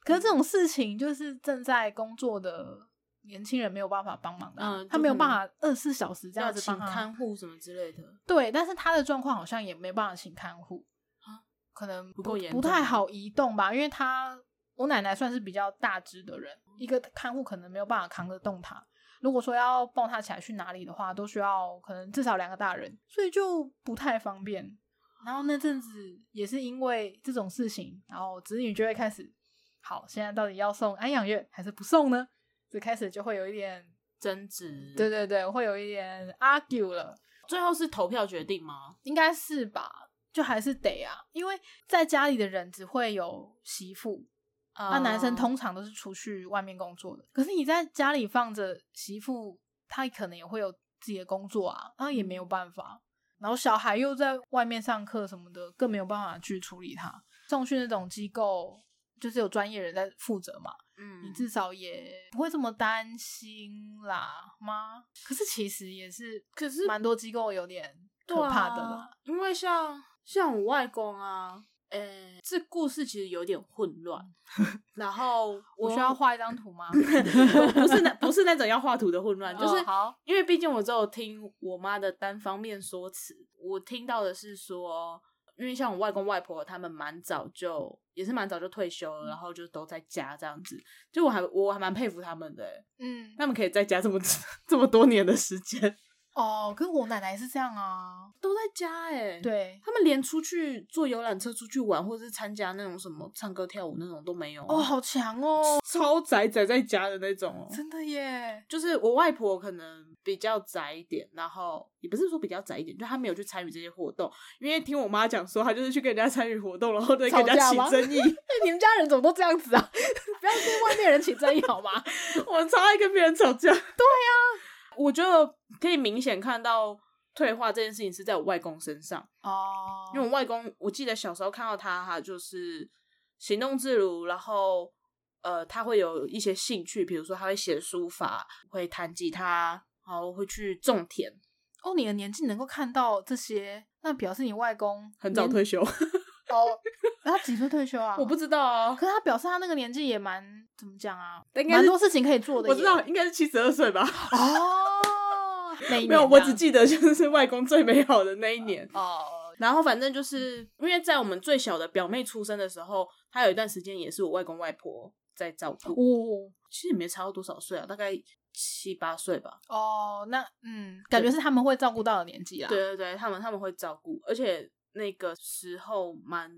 [SPEAKER 2] 可是这种事情就是正在工作的年轻人没有办法帮忙的啊、
[SPEAKER 1] 嗯
[SPEAKER 2] 他
[SPEAKER 1] 就
[SPEAKER 2] 没有
[SPEAKER 1] 可
[SPEAKER 2] 办
[SPEAKER 1] 能
[SPEAKER 2] 法二十四小时这样
[SPEAKER 1] 要
[SPEAKER 2] 子
[SPEAKER 1] 请
[SPEAKER 2] 帮他
[SPEAKER 1] 看护什么之类的。
[SPEAKER 2] 对，但是他的状况好像也没办法请看护
[SPEAKER 1] 啊，
[SPEAKER 2] 可能
[SPEAKER 1] 不够严
[SPEAKER 2] 不
[SPEAKER 1] 重
[SPEAKER 2] 太
[SPEAKER 1] 吗
[SPEAKER 2] 好移动吧，因为他我奶奶算是比较大只的人，一个看护可能没有办法扛得动他。如果说要抱他起来去哪里的话，都需要可能至少两个大人，所以就不太方便。然后那阵子也是因为这种事情，然后子女就会开始，好，现在到底要送安养院还是不送呢？这开始就会有一点，
[SPEAKER 1] 争执，
[SPEAKER 2] 对，对对，会有一点 argue 了。
[SPEAKER 1] 最后是投票决定吗？
[SPEAKER 2] 应该是吧，就还是得啊，因为在家里的人只会有媳妇，那、
[SPEAKER 1] 啊
[SPEAKER 2] 男生通常都是出去外面工作的。可是你在家里放着媳妇，他可能也会有自己的工作啊，然后也
[SPEAKER 1] 嗯
[SPEAKER 2] 没有办法。然后小孩又在外面上课什么的，更没有办法去处理他。送去那种机构，就是有专业人在负责嘛，
[SPEAKER 1] 嗯，
[SPEAKER 2] 你至少也不会这么担心啦吗？可是其实也是，
[SPEAKER 1] 可是啊
[SPEAKER 2] 蛮多机构有点可怕的了。
[SPEAKER 1] 因为像像我外公啊，呃、这故事其实有点混 乱。然后
[SPEAKER 2] 我需要画 一张图吗？
[SPEAKER 1] 不是那不是那种要画图的混 乱，就是
[SPEAKER 2] 哦好，
[SPEAKER 1] 因为毕竟我只有听我妈的单方面说辞，我听到的是说，因为像我外公外婆他们蛮早就也是蛮早就退休了，然后就都在家这样子，就我还我还蛮佩服他们的欸、
[SPEAKER 2] 嗯，
[SPEAKER 1] 他们可以在家这么 这么多年的时间
[SPEAKER 2] 哦，跟我奶奶是这样啊，
[SPEAKER 1] 都在家哎、，
[SPEAKER 2] 对，
[SPEAKER 1] 他们连出去坐游览车出去玩，或者是参加那种什么唱歌跳舞那种都没有啊
[SPEAKER 2] 哦，，好强哦，
[SPEAKER 1] 超宅宅在家的那种哦。
[SPEAKER 2] 真的耶，
[SPEAKER 1] 就是我外婆可能比较宅一点，然后也不是说比较宅一点，就她没有去参与这些活动，因为听我妈讲说，她就是去跟人家参与活动，然后再跟人
[SPEAKER 2] 吵
[SPEAKER 1] 家
[SPEAKER 2] 架
[SPEAKER 1] 起
[SPEAKER 2] 吗
[SPEAKER 1] 争议。
[SPEAKER 2] 你们家人怎么都这样子啊？ 不要跟外面人起争议 好吗？
[SPEAKER 1] 我超爱跟别人吵架。对呀、
[SPEAKER 2] 啊
[SPEAKER 1] 我觉得可以明显看到退化这件事情是在我外公身上，
[SPEAKER 2] 哦，
[SPEAKER 1] 因为我外公，我记得小时候看到他，他就是行动自如，然后呃，他会有一些兴趣，比如说他会写书法，会弹吉他，然后会去种田，
[SPEAKER 2] 哦，你的年纪能够看到这些，那表示你外公
[SPEAKER 1] 很早
[SPEAKER 2] 年
[SPEAKER 1] 退休。
[SPEAKER 2] 哦，他几岁退休啊？
[SPEAKER 1] 我不知道啊，
[SPEAKER 2] 可是他表示他那个年纪也蛮怎么讲啊，
[SPEAKER 1] 但应该
[SPEAKER 2] 蛮
[SPEAKER 1] 是
[SPEAKER 2] 多事情可以做的耶。
[SPEAKER 1] 我知道应该是七十二岁吧，
[SPEAKER 2] 哦，每 一
[SPEAKER 1] 没有，
[SPEAKER 2] 年
[SPEAKER 1] 我
[SPEAKER 2] 这
[SPEAKER 1] 只
[SPEAKER 2] 样
[SPEAKER 1] 记得就是外公最美好的那一年。
[SPEAKER 2] 哦，
[SPEAKER 1] 嗯 然后反正就是因为在我们最小的表妹出生的时候，她有一段时间也是我外公外婆在照顾，
[SPEAKER 2] 哦
[SPEAKER 1] 其实也没差到多少岁啊，大概七八岁吧。
[SPEAKER 2] 哦，那嗯，感觉是他们会照顾到的年纪啦。
[SPEAKER 1] 对，对对，他们他们会照顾，而且那个时候蛮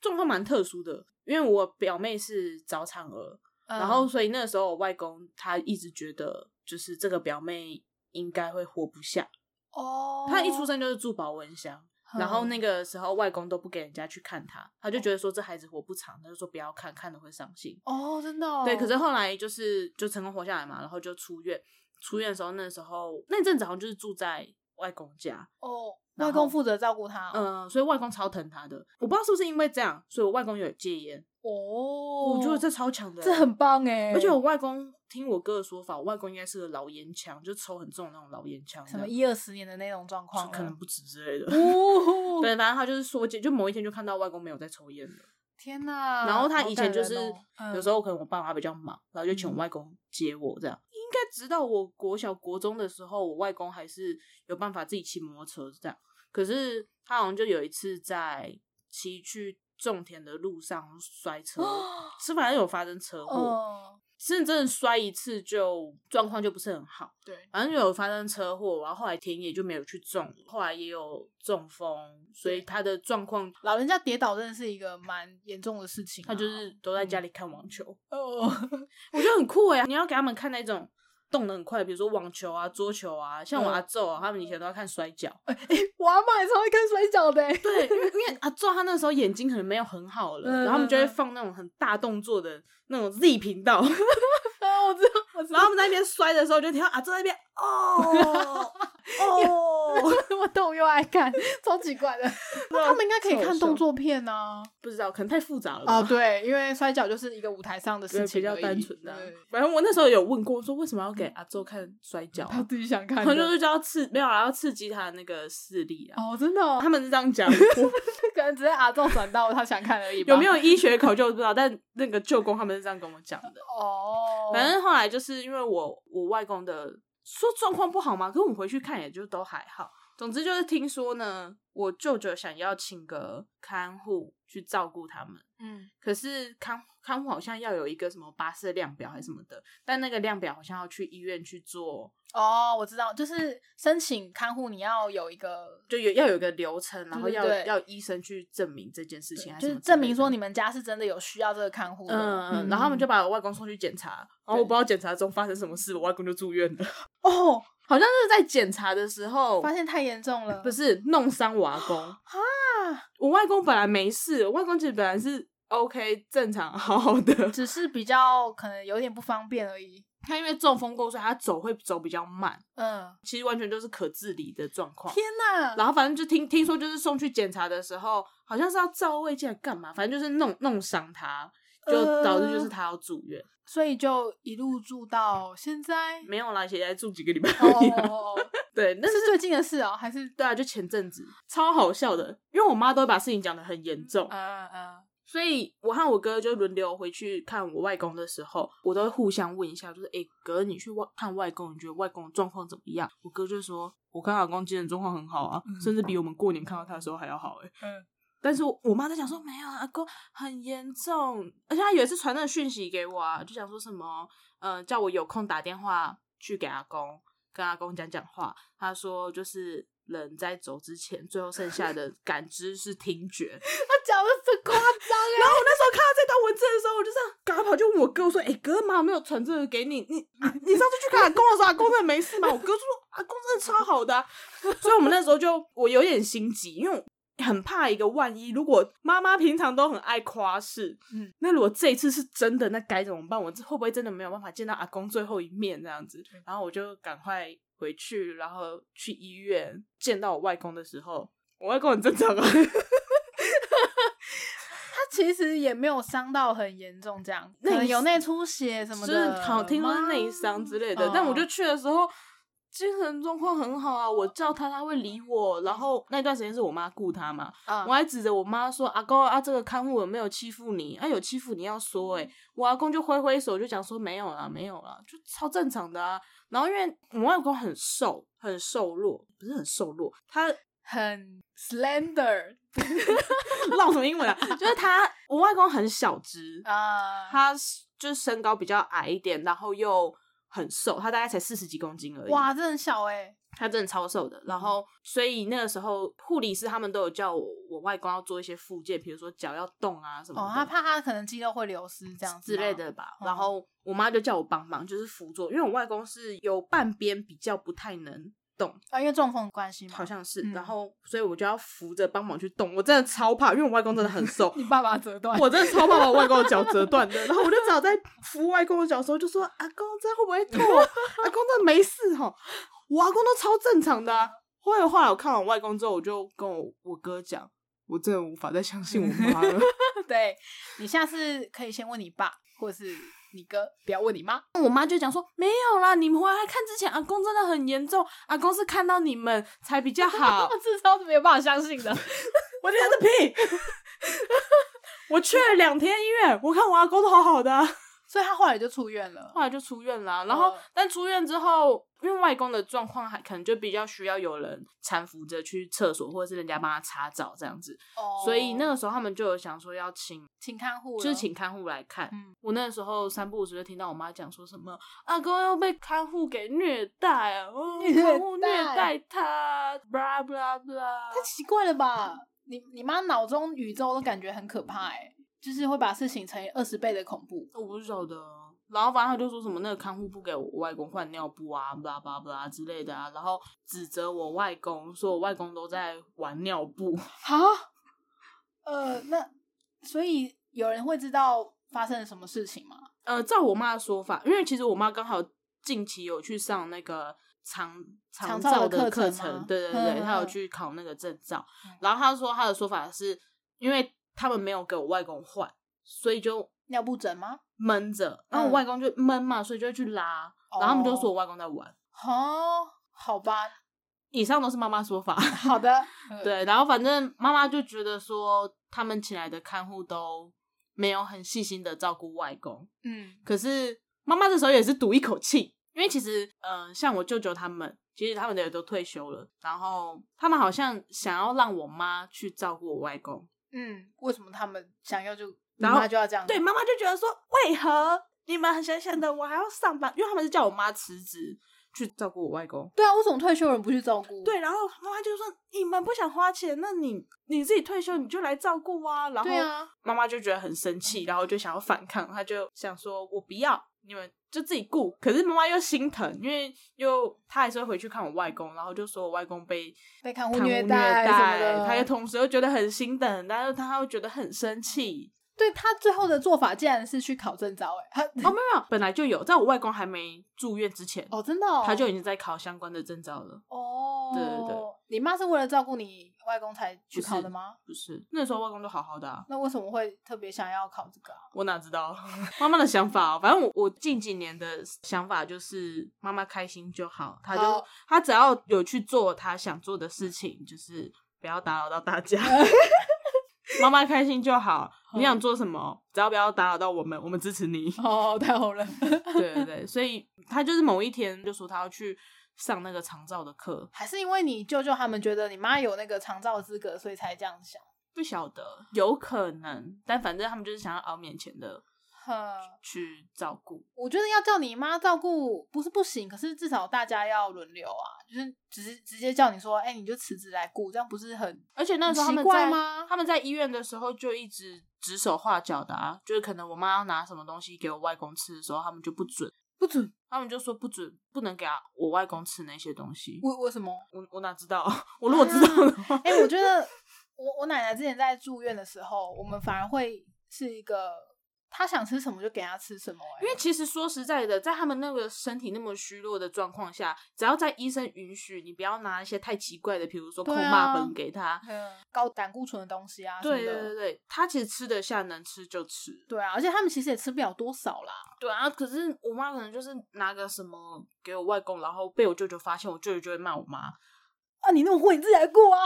[SPEAKER 1] 状况蛮特殊的，因为我表妹是早产儿，
[SPEAKER 2] 嗯
[SPEAKER 1] 然后所以那个时候我外公他一直觉得就是这个表妹应该会活不下，
[SPEAKER 2] 哦，
[SPEAKER 1] 她一出生就是住保温箱，
[SPEAKER 2] 嗯，
[SPEAKER 1] 然后那个时候外公都不给人家去看她，他就觉得说这孩子活不长，他就说不要看，看了会伤心。
[SPEAKER 2] 哦，真的哦，
[SPEAKER 1] 对，可是后来就是就成功活下来嘛，然后就出院。出院的时候，那时候那阵子好像就是住在外公家，
[SPEAKER 2] 哦，
[SPEAKER 1] 然
[SPEAKER 2] 外
[SPEAKER 1] 后
[SPEAKER 2] 公负责照顾他，
[SPEAKER 1] 嗯、所以外公超疼她的。我不知道是不是因为这样，所以我外公有戒烟。
[SPEAKER 2] 哦，
[SPEAKER 1] 我觉得这超强的欸、
[SPEAKER 2] 这很棒哎，
[SPEAKER 1] 而且我外公听我哥的说法，我外公应该是个老烟枪，就抽很重的那种老烟枪，
[SPEAKER 2] 什么
[SPEAKER 1] 这样
[SPEAKER 2] 一二十年的那种状况
[SPEAKER 1] 就
[SPEAKER 2] 了，
[SPEAKER 1] 可能不止之类的。
[SPEAKER 2] 哦，
[SPEAKER 1] 对，反正他就是说，就就某一天就看到外公没有在抽烟了。
[SPEAKER 2] 天哪！
[SPEAKER 1] 然后他以前就是、
[SPEAKER 2] 哦
[SPEAKER 1] 有时
[SPEAKER 2] 候
[SPEAKER 1] 候可能我爸妈比较忙，然后就
[SPEAKER 2] 嗯
[SPEAKER 1] 请我外公接我这样。应该直到我国小国中的时候，我外公还是有办法自己骑摩托车这样。可是他好像就有一次在骑去种田的路上摔车，是反正有发生车祸。
[SPEAKER 2] 哦，
[SPEAKER 1] 真正摔一次就状况就不是很好，
[SPEAKER 2] 对，
[SPEAKER 1] 反正有发生车祸，然后后来田野就没有去种，后来也有中风，所以他的状况
[SPEAKER 2] 老人家跌倒真的是一个蛮严重的事情啊，
[SPEAKER 1] 他就是都在家里看网球，
[SPEAKER 2] 哦，
[SPEAKER 1] 我觉得很酷哎、你要给他们看那种动得很快，比如说网球啊、桌球啊，像我
[SPEAKER 2] 嗯
[SPEAKER 1] 阿昼啊，他们以前都要看摔跤，
[SPEAKER 2] 我阿妈也超会看摔跤的欸，
[SPEAKER 1] 对，因为因为阿昼他那时候眼睛可能没有很好了，
[SPEAKER 2] 嗯
[SPEAKER 1] 然后他们就会
[SPEAKER 2] 嗯嗯
[SPEAKER 1] 放那种很大动作的那种 Z 频道，
[SPEAKER 2] 啊，我知道，我知
[SPEAKER 1] 然后他们在那边摔的时候就听到阿昼在那边 哦哦，
[SPEAKER 2] 道， 我懂又爱看，超奇怪 的。那他们应该可以看动作片啊，
[SPEAKER 1] 不知道可能太复杂了吧。
[SPEAKER 2] 啊，对，因为摔跤就是一个舞台上的
[SPEAKER 1] 对
[SPEAKER 2] 事情
[SPEAKER 1] 比
[SPEAKER 2] 而已，
[SPEAKER 1] 较单纯的啊、
[SPEAKER 2] 对
[SPEAKER 1] 反正我那时候有问过，说为什么要给阿周看摔跤啊、
[SPEAKER 2] 他自己想看
[SPEAKER 1] 然
[SPEAKER 2] 的，
[SPEAKER 1] 后就是要刺没有啊，要刺激他的那个视力啊。
[SPEAKER 2] 哦，真的哦，
[SPEAKER 1] 他们是这样 讲，我
[SPEAKER 2] 可能只是阿仲转到他想看而已吧，
[SPEAKER 1] 有没有医学考究我不知道，但那个舅公他们是这样跟我讲的。
[SPEAKER 2] 哦，
[SPEAKER 1] 反正后来就是因为我我外公的说状况不好嘛，可是我们回去看也就都还好。总之就是听说呢，我舅舅想要请个看护去照顾他们，
[SPEAKER 2] 嗯，
[SPEAKER 1] 可是看看护好像要有一个什么巴士量表还是什么的，但那个量表好像要去医院去做，
[SPEAKER 2] 哦，我知道，就是申请看护你要有一个
[SPEAKER 1] 就有要有一个流程，然后要
[SPEAKER 2] 对对
[SPEAKER 1] 要医生去证明这件事情，还
[SPEAKER 2] 就
[SPEAKER 1] 什
[SPEAKER 2] 是是
[SPEAKER 1] 么之类
[SPEAKER 2] 证明
[SPEAKER 1] 的
[SPEAKER 2] 说你们家是真的有需要这个看护的。
[SPEAKER 1] 嗯，然后他们就把我外公送去检查，然后我不知道检查中发生什么事，我外公就住院了。
[SPEAKER 2] 哦，
[SPEAKER 1] 好像是在检查的时候，
[SPEAKER 2] 发现太严重了，
[SPEAKER 1] 不是弄伤我阿公啊。我外公本来没事，我外公其实本来是 OK 正常好好的，
[SPEAKER 2] 只是比较可能有点不方便而已。
[SPEAKER 1] 他因为中风过所以他走会走比较慢，
[SPEAKER 2] 嗯，
[SPEAKER 1] 其实完全就是可治理的状况。
[SPEAKER 2] 天啊哪！
[SPEAKER 1] 然后反正就听听说，就是送去检查的时候，好像是要照胃镜还干嘛，反正就是弄弄伤他。
[SPEAKER 2] 呃
[SPEAKER 1] 就导致就是他要住院，
[SPEAKER 2] 所以就一路住到现在。
[SPEAKER 1] 没有啦，现在住几个礼拜而已。
[SPEAKER 2] 哦，
[SPEAKER 1] 对，
[SPEAKER 2] 那
[SPEAKER 1] 但是
[SPEAKER 2] 是最近的事哦，还是
[SPEAKER 1] 对啊，就前阵子超好笑的，因为我妈都会把事情讲得很严重，
[SPEAKER 2] 啊啊
[SPEAKER 1] 所以我和我哥就轮流回去看我外公的时候，我都会互相问一下，就是诶、哥，你去外看外公，你觉得外公的状况怎么样？我哥就说，我看阿公精神状况很好啊，
[SPEAKER 2] 嗯
[SPEAKER 1] 甚至比我们过年看到他的时候还要好诶、欸
[SPEAKER 2] 嗯
[SPEAKER 1] 但是我我妈在讲说没有啊，阿公很严重，而且她有一次传那个讯息给我啊，就讲说什么，呃，叫我有空打电话去给阿公，跟阿公讲讲话。她说就是人在走之前，最后剩下的 感知是听觉。
[SPEAKER 2] 他讲的真夸 张哎，
[SPEAKER 1] 然后我那时候看到这段文字的时候，我就这样赶快跑去问我哥，我说：“哎、哥，妈没有传这个给你，你你你上次去看阿公的时候，阿公真的没事吗？”我哥就说：“阿公真的超好的啊、 所以我们那时候就我有点心急，因为我很怕一个万一，如果妈妈平常都很爱夸饰，
[SPEAKER 2] 嗯
[SPEAKER 1] 嗯，那如果这一次是真的，那该怎么办？我这会不会真的没有办法见到阿公最后一面这样子？然后我就赶快回去，然后去医院见到我外公的时候，我外公很正常啊。
[SPEAKER 2] 他其实也没有伤到很严重，这样可
[SPEAKER 1] 内
[SPEAKER 2] 能有内出血什么
[SPEAKER 1] 就
[SPEAKER 2] 的，嗯
[SPEAKER 1] 是好听说是内伤之类的，但我就
[SPEAKER 2] 去
[SPEAKER 1] 去的时候精神状况很好啊，我叫他他会理我，然后那段时间是我妈顾他嘛，
[SPEAKER 2] 嗯
[SPEAKER 1] 我还指着我妈说阿公啊，这个看护有没有欺负你？啊有欺负你要说诶、我阿公就挥挥手就讲说没有啦没有啦，就超正常的啊。然后因为我外公很瘦很瘦弱，不是很瘦弱，他
[SPEAKER 2] 很 slender
[SPEAKER 1] 唠什么英文啊？就是他我外公很小只
[SPEAKER 2] 啊，
[SPEAKER 1] 他是就是身高比较矮一点，然后又很瘦，他大概才四十几公斤而已。
[SPEAKER 2] 哇，这很小哎，
[SPEAKER 1] 他真的超瘦的。然后，所以那个时候护理师他们都有叫我我外公要做一些复健，比如说脚要动啊什么的。
[SPEAKER 2] 哦，他怕他可能肌肉会流失这样子
[SPEAKER 1] 之类
[SPEAKER 2] 吗，
[SPEAKER 1] 的吧，
[SPEAKER 2] 嗯
[SPEAKER 1] 然后我妈就叫我帮忙，就是辅佐，因为我外公是有半边比较不太能动，
[SPEAKER 2] 啊，因为中风的关系嘛，
[SPEAKER 1] 好像是，
[SPEAKER 2] 嗯
[SPEAKER 1] 然后所以我就要扶着帮忙去动，我真的超怕，因为我外公真的很瘦，
[SPEAKER 2] 你爸 爸折断，
[SPEAKER 1] 我真的超怕把我外公的脚折断的，然后我就只好在扶外公的脚的时候就说：“阿公，这样会不会痛？啊阿公这没事哈，我阿公都超正常的、啊。”后来后来我看完我外公之后，我就跟我我哥讲，我真的无法再相信我妈了。
[SPEAKER 2] 对你下次可以先问你爸或是你哥，不要问你妈。
[SPEAKER 1] 我妈就讲说：“没有啦，你们回来看之前，阿公真的很严重，阿公是看到你们才比较好。
[SPEAKER 2] 这招是没有办法相信的。”
[SPEAKER 1] 我天的屁！ 我去了两天医院，我看我阿公都好好的啊、
[SPEAKER 2] 所以他后来就出院了
[SPEAKER 1] 后。来就出院啦、哦然后、
[SPEAKER 2] 嗯
[SPEAKER 1] 但出院之后，因为外公的状况还可能就比较需要有人搀扶着去厕所，或者是人家帮他擦澡这样子，
[SPEAKER 2] 哦
[SPEAKER 1] 所以那个时候他们就有想说要请，
[SPEAKER 2] 请看护了，
[SPEAKER 1] 就是请看护来看。
[SPEAKER 2] 嗯
[SPEAKER 1] 我那时候三不五时就听到我妈讲说什么阿公又被看护给虐待啊，哦、
[SPEAKER 2] 虐待
[SPEAKER 1] 看护虐待他，blah blah blah。
[SPEAKER 2] 太奇怪 了吧？你你妈脑中宇宙都感觉很可怕哎、就是会把事情乘以二十倍的恐怖。
[SPEAKER 1] 我不晓得。然后反正他就说什么那个看护不给我外公换尿布啊，巴拉巴拉巴拉之类的啊，然后指责我外公，说我外公都在玩尿布。
[SPEAKER 2] 哈，呃，那所以有人会知道发生了什么事情吗？
[SPEAKER 1] 呃，照我妈的说法，因为其实我妈刚好近期有去上那个长
[SPEAKER 2] 长照
[SPEAKER 1] 照
[SPEAKER 2] 的
[SPEAKER 1] 的
[SPEAKER 2] 课
[SPEAKER 1] 课
[SPEAKER 2] 程吗
[SPEAKER 1] 程，对对
[SPEAKER 2] 嗯
[SPEAKER 1] 对，
[SPEAKER 2] 嗯
[SPEAKER 1] 她有
[SPEAKER 2] 嗯
[SPEAKER 1] 去考那个证照
[SPEAKER 2] 嗯。
[SPEAKER 1] 然后她说她的说法是，因为他们没有给我外公换，所以就
[SPEAKER 2] 尿布疹吗？
[SPEAKER 1] 闷着，然后我
[SPEAKER 2] 嗯
[SPEAKER 1] 外公就闷嘛，所以就会去拉，然后他们就说我
[SPEAKER 2] 哦，
[SPEAKER 1] 外公在玩。
[SPEAKER 2] 哦，好吧，
[SPEAKER 1] 以上都是妈妈说 法。
[SPEAKER 2] 好的，呃，
[SPEAKER 1] 对，然后反正妈妈就觉得说，他们请来的看护都没有很细心的照顾外公。
[SPEAKER 2] 嗯
[SPEAKER 1] 可是妈妈这时候也是赌一口气，因为其实，嗯、像我舅舅他们，其实他们也都退休了，然后他们好像想要让我妈去照顾我外公。
[SPEAKER 2] 嗯，为什么他们想要就你
[SPEAKER 1] 然后
[SPEAKER 2] 妈就要这样？
[SPEAKER 1] 对，，妈妈就觉得说，为何你们想想的，我还要上班？因为他们是叫我妈辞职去照顾我外公。
[SPEAKER 2] 对啊，为什么退休人不去照顾？
[SPEAKER 1] 对，然后妈妈就说：“你们不想花钱，那你你自己退休你就来照顾啊。”然后
[SPEAKER 2] 对啊，
[SPEAKER 1] 妈妈就觉得很生气，
[SPEAKER 2] 嗯
[SPEAKER 1] 然后就想要反抗，她就想说：“我不要，你们就自己顾。”可是妈妈又心疼，因为又她还是会回去看我外公，然后就说我外公被
[SPEAKER 2] 被看护
[SPEAKER 1] 看护
[SPEAKER 2] 虐
[SPEAKER 1] 虐
[SPEAKER 2] 待什么的
[SPEAKER 1] 她又同时又觉得很心疼，但是她又觉得很生气。
[SPEAKER 2] 对他最后的做法竟然是去考证照，哎，他
[SPEAKER 1] 哦，没有，本来就有，在我外公还没住院之前，
[SPEAKER 2] 哦，真的、哦，
[SPEAKER 1] 他就已经在考相关的证照了。
[SPEAKER 2] 哦，
[SPEAKER 1] 对对对，
[SPEAKER 2] 你妈是为了照顾你外公才去考的吗？
[SPEAKER 1] 不是，那时候外公都好好的、啊，
[SPEAKER 2] 那为什么会特别想要考这 个、啊？
[SPEAKER 1] 我哪知道妈妈的想法、哦？反正我我近几年的想法就是妈妈开心就好，她就
[SPEAKER 2] 好
[SPEAKER 1] 她只要有去做她想做的事情，就是不要打扰到大家。妈妈开心就好，你想做什么，只要不要打扰到我们，我们支持你。
[SPEAKER 2] 哦，太好了，
[SPEAKER 1] 对对对，所以他就是某一天就说他要去上那个长照的课，
[SPEAKER 2] 还是因为你舅舅他们觉得你妈有那个长照资格，所以才这样 想。
[SPEAKER 1] 不晓得有可能，但反正他们就是想要熬免钱的
[SPEAKER 2] 哼，
[SPEAKER 1] 去照顾。
[SPEAKER 2] 我觉得要叫你妈照顾不是不行，可是至少大家要轮流啊，就是直直接叫你说，哎、你就辞职来顾，这样不是很
[SPEAKER 1] 而且那时候他们
[SPEAKER 2] 很奇怪
[SPEAKER 1] 在
[SPEAKER 2] 吗
[SPEAKER 1] 他们在医院的时候就一直指手画脚的啊，就是可能我妈要拿什么东西给我外公吃的时候，他们就不准，
[SPEAKER 2] 不准？
[SPEAKER 1] 他们就说不准，不能给他我外公吃那些东西。
[SPEAKER 2] 为为什么？
[SPEAKER 1] 我我哪知道？ 我如果知道的话，
[SPEAKER 2] 哎、我觉得我我奶奶之前在住院的时候，我们反而会是一个她想吃什么就给她吃什么、哎
[SPEAKER 1] 因为其实说实在的，在他们那个身体那么虚弱的状况下，只要在医生允许，你不要拿一些太奇怪的，比如说
[SPEAKER 2] 对
[SPEAKER 1] 控
[SPEAKER 2] 啊
[SPEAKER 1] 骂本给他。
[SPEAKER 2] 嗯高胆固醇的东西啊什么
[SPEAKER 1] 对
[SPEAKER 2] 的，
[SPEAKER 1] 对对对，他其实吃得下，能吃就吃。
[SPEAKER 2] 对啊，而且他们其实也吃不了多少啦。
[SPEAKER 1] 对啊，可是我妈可能就是拿个什么给我外公，然后被我舅舅发现，我舅舅就会骂我妈，
[SPEAKER 2] 啊，你那么会，你自己来顾啊。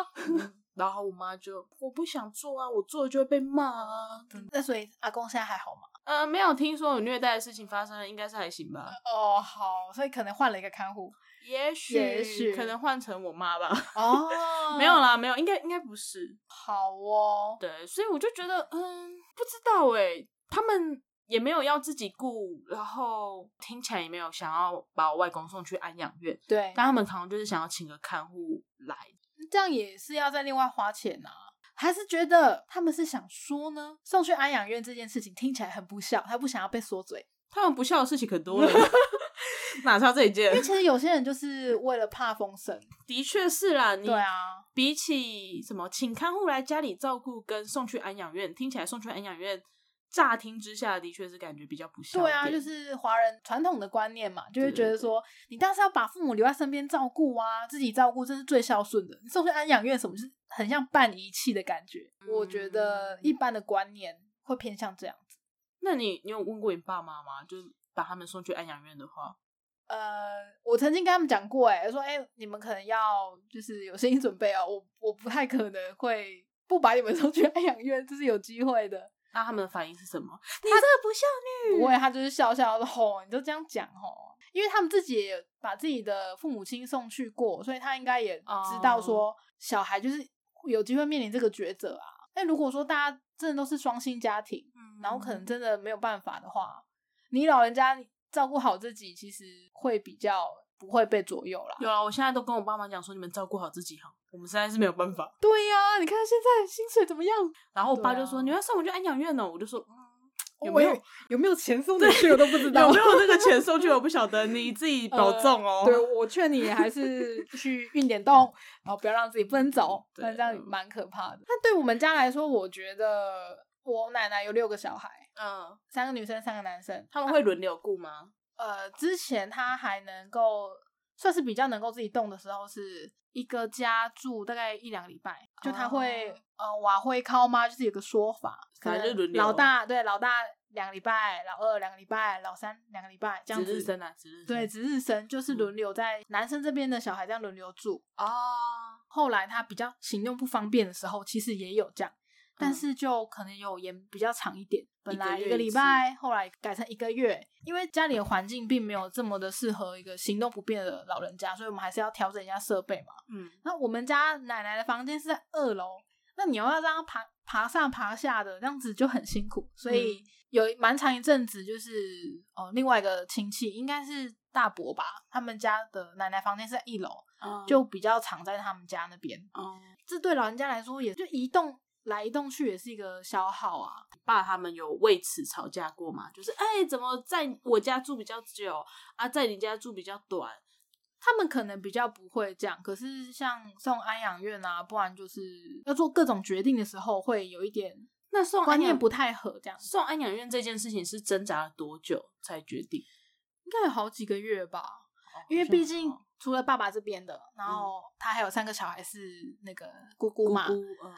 [SPEAKER 1] 然后我妈就我不想做啊，我做了就会被骂啊。
[SPEAKER 2] 嗯那所以阿公现在还好吗？
[SPEAKER 1] 呃，没有听说有虐待的事情发生，应该是还行吧。
[SPEAKER 2] 哦，好，所以可能换了一个看护。
[SPEAKER 1] 也许
[SPEAKER 2] 也许
[SPEAKER 1] 可能换成我妈吧，
[SPEAKER 2] 哦
[SPEAKER 1] 没有啦，没有，应该应该不是。
[SPEAKER 2] 好哦，
[SPEAKER 1] 对，所以我就觉得，嗯，不知道哎、他们也没有要自己顾，然后听起来也没有想要把我外公送去安养院，
[SPEAKER 2] 对，
[SPEAKER 1] 但他们可能就是想要请个看护来。
[SPEAKER 2] 这样也是要再另外花钱呐、啊。还是觉得他们是想说呢，送去安养院这件事情听起来很不孝，他不想要被说嘴。
[SPEAKER 1] 他们不孝的事情可多了， 哪差这一件
[SPEAKER 2] 因为？其实有些人就是为了怕风声，
[SPEAKER 1] 的确是啦，你
[SPEAKER 2] 对啊，
[SPEAKER 1] 比起什么请看护来家里照顾，跟送去安养院，听起来送去安养院，乍听之下的确是感觉比较不孝一
[SPEAKER 2] 对
[SPEAKER 1] 点。
[SPEAKER 2] 啊，就是华人传统的观念嘛，就会
[SPEAKER 1] 对
[SPEAKER 2] 觉得说，你当然是要把父母留在身边照顾啊，自己照顾这是最孝顺的。你送去安养院什么，就是很像办遗弃的感觉。我觉
[SPEAKER 1] 嗯
[SPEAKER 2] 得一般的观念会偏向这样子。
[SPEAKER 1] 那你你有问过你爸妈吗？就是把他们送去安养院的话，
[SPEAKER 2] 呃，我曾经跟他们讲过、哎，说，哎、你们可能要就是有心理准备哦，我我不太可能会不把你们送去安养院，这是有机会的。
[SPEAKER 1] 那他们的反应是什么？你这个不孝女！
[SPEAKER 2] 不会，他就是笑笑说：“哦吼，你就这样讲吼。”因为他们自己也把自己的父母亲送去过，所以他应该也知道说，小孩就是有机会面临这个抉择啊。但如果说大家真的都是双薪家庭，
[SPEAKER 1] 嗯
[SPEAKER 2] 然后可能真的没有办法的话，你老人家照顾好自己，其实会比较不会被左右啦。
[SPEAKER 1] 有啊，我现在都跟我爸妈讲说，你们照顾好自己好，我们实在是没有办法。
[SPEAKER 2] 对呀、你看现在薪水怎么样？
[SPEAKER 1] 然后我爸
[SPEAKER 2] 对啊
[SPEAKER 1] 就说，你要送我去安养院哦，我就说。嗯有
[SPEAKER 2] 我
[SPEAKER 1] 没有
[SPEAKER 2] 有没有钱送你去，我都不知 道。
[SPEAKER 1] 有没 有那个钱送去？我不晓得，你自己保重哦。
[SPEAKER 2] 呃对，我劝你还是去运点动，然后不要让自己不能走，
[SPEAKER 1] 对
[SPEAKER 2] 那这样蛮可怕的。那对我们家来说，我觉得我奶奶有六个小孩，
[SPEAKER 1] 嗯，
[SPEAKER 2] 三个女生，三个男生。
[SPEAKER 1] 他们会轮流顾吗？
[SPEAKER 2] 呃，之前她还能够算是比较能够自己动的时候，是一个家住大概一两个礼拜，就她会、
[SPEAKER 1] 哦
[SPEAKER 2] 呃瓦会靠吗？就是有个说法，可
[SPEAKER 1] 反正就
[SPEAKER 2] 能
[SPEAKER 1] 轮流
[SPEAKER 2] 老大对老大两个礼拜，老二两个礼拜，老三两个礼拜这样
[SPEAKER 1] 值
[SPEAKER 2] 子
[SPEAKER 1] 日。生啊，值日生
[SPEAKER 2] 对，值日生就是
[SPEAKER 1] 嗯
[SPEAKER 2] 轮流在男生这边的小孩这样轮流住。
[SPEAKER 1] 哦，
[SPEAKER 2] 后来他比较行动不方便的时候，其实也有这样，但是就可能有延比较长一点。本来
[SPEAKER 1] 嗯一个月
[SPEAKER 2] 一个礼拜，后来改成一个月，因为家里的环境并没有这么的适合一个行动不便的老人家，所以我们还是要调整一下设备嘛。
[SPEAKER 1] 嗯，
[SPEAKER 2] 那我们家奶奶的房间是在二楼，那你又要让她爬爬上爬下的，这样子就很辛苦。所
[SPEAKER 1] 嗯
[SPEAKER 2] 以有蛮长一阵子，就是哦，另外一个亲戚应该是大伯吧，他们家的奶奶房间是在一楼，嗯
[SPEAKER 1] 嗯
[SPEAKER 2] 就比较常在他们家那边。
[SPEAKER 1] 哦，
[SPEAKER 2] 这对老人家来说，也就移动来移动去也是一个消耗啊。
[SPEAKER 1] 爸他们有为此吵架过吗？就是哎、怎么在我家住比较久啊，在你家住比较短？
[SPEAKER 2] 他们可能比较不会这样，可是像送安养院啊，不然就是要做各种决定的时候，会有一点
[SPEAKER 1] 那送
[SPEAKER 2] 观
[SPEAKER 1] 安
[SPEAKER 2] 念
[SPEAKER 1] 养
[SPEAKER 2] 不太合，这样
[SPEAKER 1] 送安养院这件事情是挣扎了多久才决定？哦
[SPEAKER 2] 应该有好几个月吧，因为毕竟除了爸爸这边的，然后他还有三个小孩是那个姑嗯姑
[SPEAKER 1] 姑
[SPEAKER 2] 嘛，啊
[SPEAKER 1] 姑，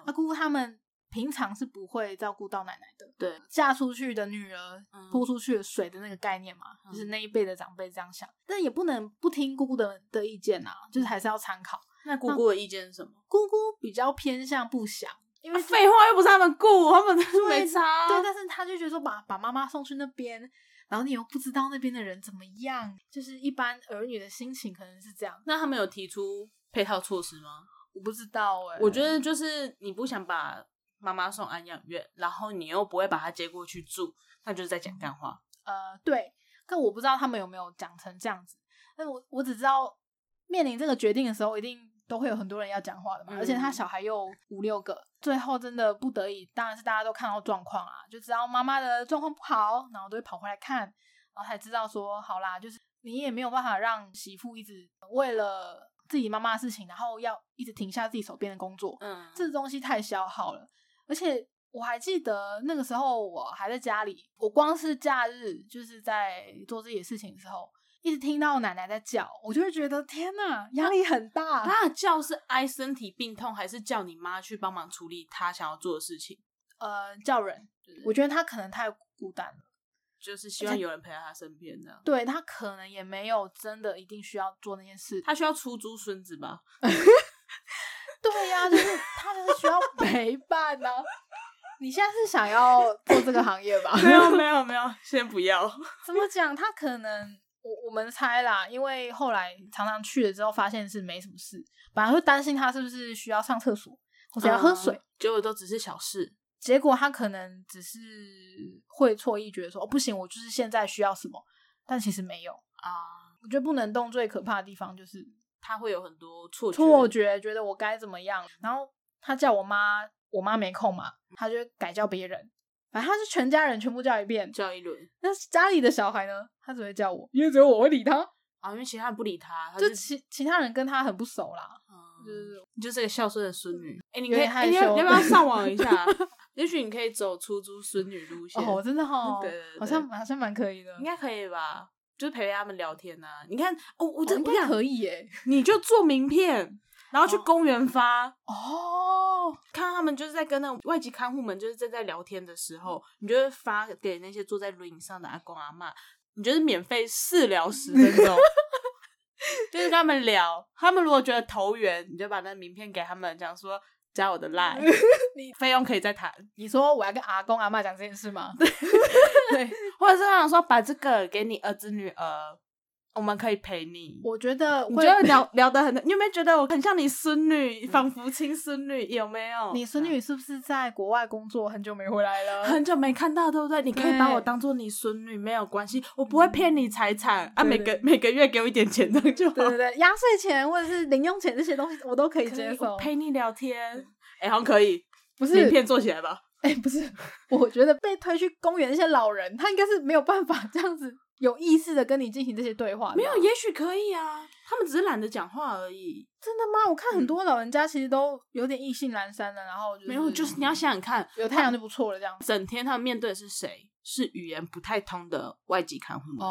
[SPEAKER 2] 那
[SPEAKER 1] 嗯，
[SPEAKER 2] 姑姑他们平常是不会照顾到奶奶的，
[SPEAKER 1] 对，
[SPEAKER 2] 嫁出去的女儿
[SPEAKER 1] 嗯
[SPEAKER 2] 泼出去的水的那个概念嘛，
[SPEAKER 1] 嗯
[SPEAKER 2] 就是那一辈的长辈这样想，但也不能不听姑姑的的意见啊，就是还是要参考。
[SPEAKER 1] 那姑姑的意见是什么？
[SPEAKER 2] 姑姑比较偏向不想，因为
[SPEAKER 1] 啊废话，又不是他们雇，他们是没差啊。
[SPEAKER 2] 对，但是他就觉得说把把妈妈送去那边，然后你又不知道那边的人怎么样，就是一般儿女的心情可能是这样，
[SPEAKER 1] 那他们有提出配套措施吗？
[SPEAKER 2] 我不知道哎、
[SPEAKER 1] 我觉得就是你不想把妈妈送安养院，然后你又不会把她接过去住，那就是在讲干话。
[SPEAKER 2] 呃，对，但我不知道他们有没有讲成这样子。但我我只知道面临这个决定的时候，一定都会有很多人要讲话的嘛。而且他
[SPEAKER 1] 嗯
[SPEAKER 2] 小孩又五六个，最后真的不得已，当然是大家都看到状况啊，就知道妈妈的状况不好，然后都会跑回来看，然后才知道说，好啦，就是你也没有办法让媳妇一直为了自己妈妈的事情，然后要一直停下自己手边的工作，
[SPEAKER 1] 嗯
[SPEAKER 2] 这东西太消耗了。而且我还记得那个时候我还在家里，我光是假日就是在做这些事情的时候，一直听到奶奶在叫，我就会觉得天哪，压力很大。
[SPEAKER 1] 他的叫是挨身体病痛，还是叫你妈去帮忙处理她想要做的事情？
[SPEAKER 2] 呃，叫人，我觉得她可能太孤单了，
[SPEAKER 1] 就是希望有人陪在她身边这样。
[SPEAKER 2] 对她可能也没有真的一定需要做那件事。
[SPEAKER 1] 她需要出租孙子吧？
[SPEAKER 2] 对呀、就是她就是需要陪伴呢、 你现在是想要做这个行业吧？
[SPEAKER 1] 没 有没有没有，先不要。
[SPEAKER 2] 怎么讲？他可能我我们猜啦，因为后来常常去了之后，发现是没什么事，本来会担心他是不是需要上厕所或者要喝水，
[SPEAKER 1] 嗯结果都只是小事。
[SPEAKER 2] 结果他可能只是会错意，觉得说哦不行，我就是现在需要什么，但其实没有啊。我觉得不能动最可怕的地方就是
[SPEAKER 1] 她会有很多错觉，
[SPEAKER 2] 错觉，觉得我该怎么样。然后他叫我妈，我妈没空嘛，他就改叫别人，反正他是全家人全部叫一遍。
[SPEAKER 1] 叫一轮
[SPEAKER 2] 那家里的小孩呢，他只会叫我，因为只有我会理他。
[SPEAKER 1] 啊，因为其他人不理她，她
[SPEAKER 2] 就
[SPEAKER 1] 啊就
[SPEAKER 2] 其其他人跟他很不熟啦，
[SPEAKER 1] 嗯
[SPEAKER 2] 就是
[SPEAKER 1] 你就是个孝顺的孙女。哎、你
[SPEAKER 2] 有
[SPEAKER 1] 可以，
[SPEAKER 2] 点害
[SPEAKER 1] 哎你要
[SPEAKER 2] 羞
[SPEAKER 1] 你要不要上网一 下？也许你可以走出租孙女路线，
[SPEAKER 2] 哦，真的哈、
[SPEAKER 1] 对对对
[SPEAKER 2] 好像好像蛮可以的，哦
[SPEAKER 1] 应该可以吧？就是陪他们聊天呐、你看，哦，我这、
[SPEAKER 2] 哦应
[SPEAKER 1] 我
[SPEAKER 2] 该
[SPEAKER 1] 想
[SPEAKER 2] 可以耶。
[SPEAKER 1] 你就做名片，然后去
[SPEAKER 2] 哦
[SPEAKER 1] 公园发，
[SPEAKER 2] 哦，
[SPEAKER 1] 看他们就是在跟那种外籍看护们就是正在聊天的时候，你就会发给那些坐在轮椅上的阿公阿妈，你就是免费试聊十分 钟。就是跟他们聊，他们如果觉得投缘，你就把那名片给他们，讲说加 我的 line，费用可以再谈，
[SPEAKER 2] 你说我要跟阿公阿妈讲这件事吗？
[SPEAKER 1] 对，或者是他想说把这个给你儿子女儿，我们可以陪你。
[SPEAKER 2] 我觉得
[SPEAKER 1] 你
[SPEAKER 2] 会
[SPEAKER 1] 觉，得聊聊得很，你有没有觉得我很像你孙女，仿佛亲孙女？有没有？
[SPEAKER 2] 你孙女是不是在国外工作很久没回来了？
[SPEAKER 1] 很久没看到，对不对？你可以把我当做你孙女，没有关系，我不会骗你财产啊。
[SPEAKER 2] 对
[SPEAKER 1] 每个 每个月给我一点钱，这样就好
[SPEAKER 2] 对。对对，压岁钱或者是零用钱这些东西我都可以
[SPEAKER 1] 可以
[SPEAKER 2] 接
[SPEAKER 1] 我
[SPEAKER 2] 受。
[SPEAKER 1] 陪你聊天，哎，好像可以。
[SPEAKER 2] 不
[SPEAKER 1] 名
[SPEAKER 2] 是，
[SPEAKER 1] 片做起来吧。
[SPEAKER 2] 哎、不是，我觉得被推去公园那些老人，他应该是没有办法这样子有意识的跟你进行这些对话的啊。
[SPEAKER 1] 没有，也许可以啊。他们只是懒得讲话而已。
[SPEAKER 2] 真的吗？我看很多老人家其实都有点意兴阑珊的，然后、就是、
[SPEAKER 1] 嗯没有，就是你要想想看，
[SPEAKER 2] 有太阳就不错了，这样。
[SPEAKER 1] 整天他们面对的是谁？是语言不太通的外籍看护们。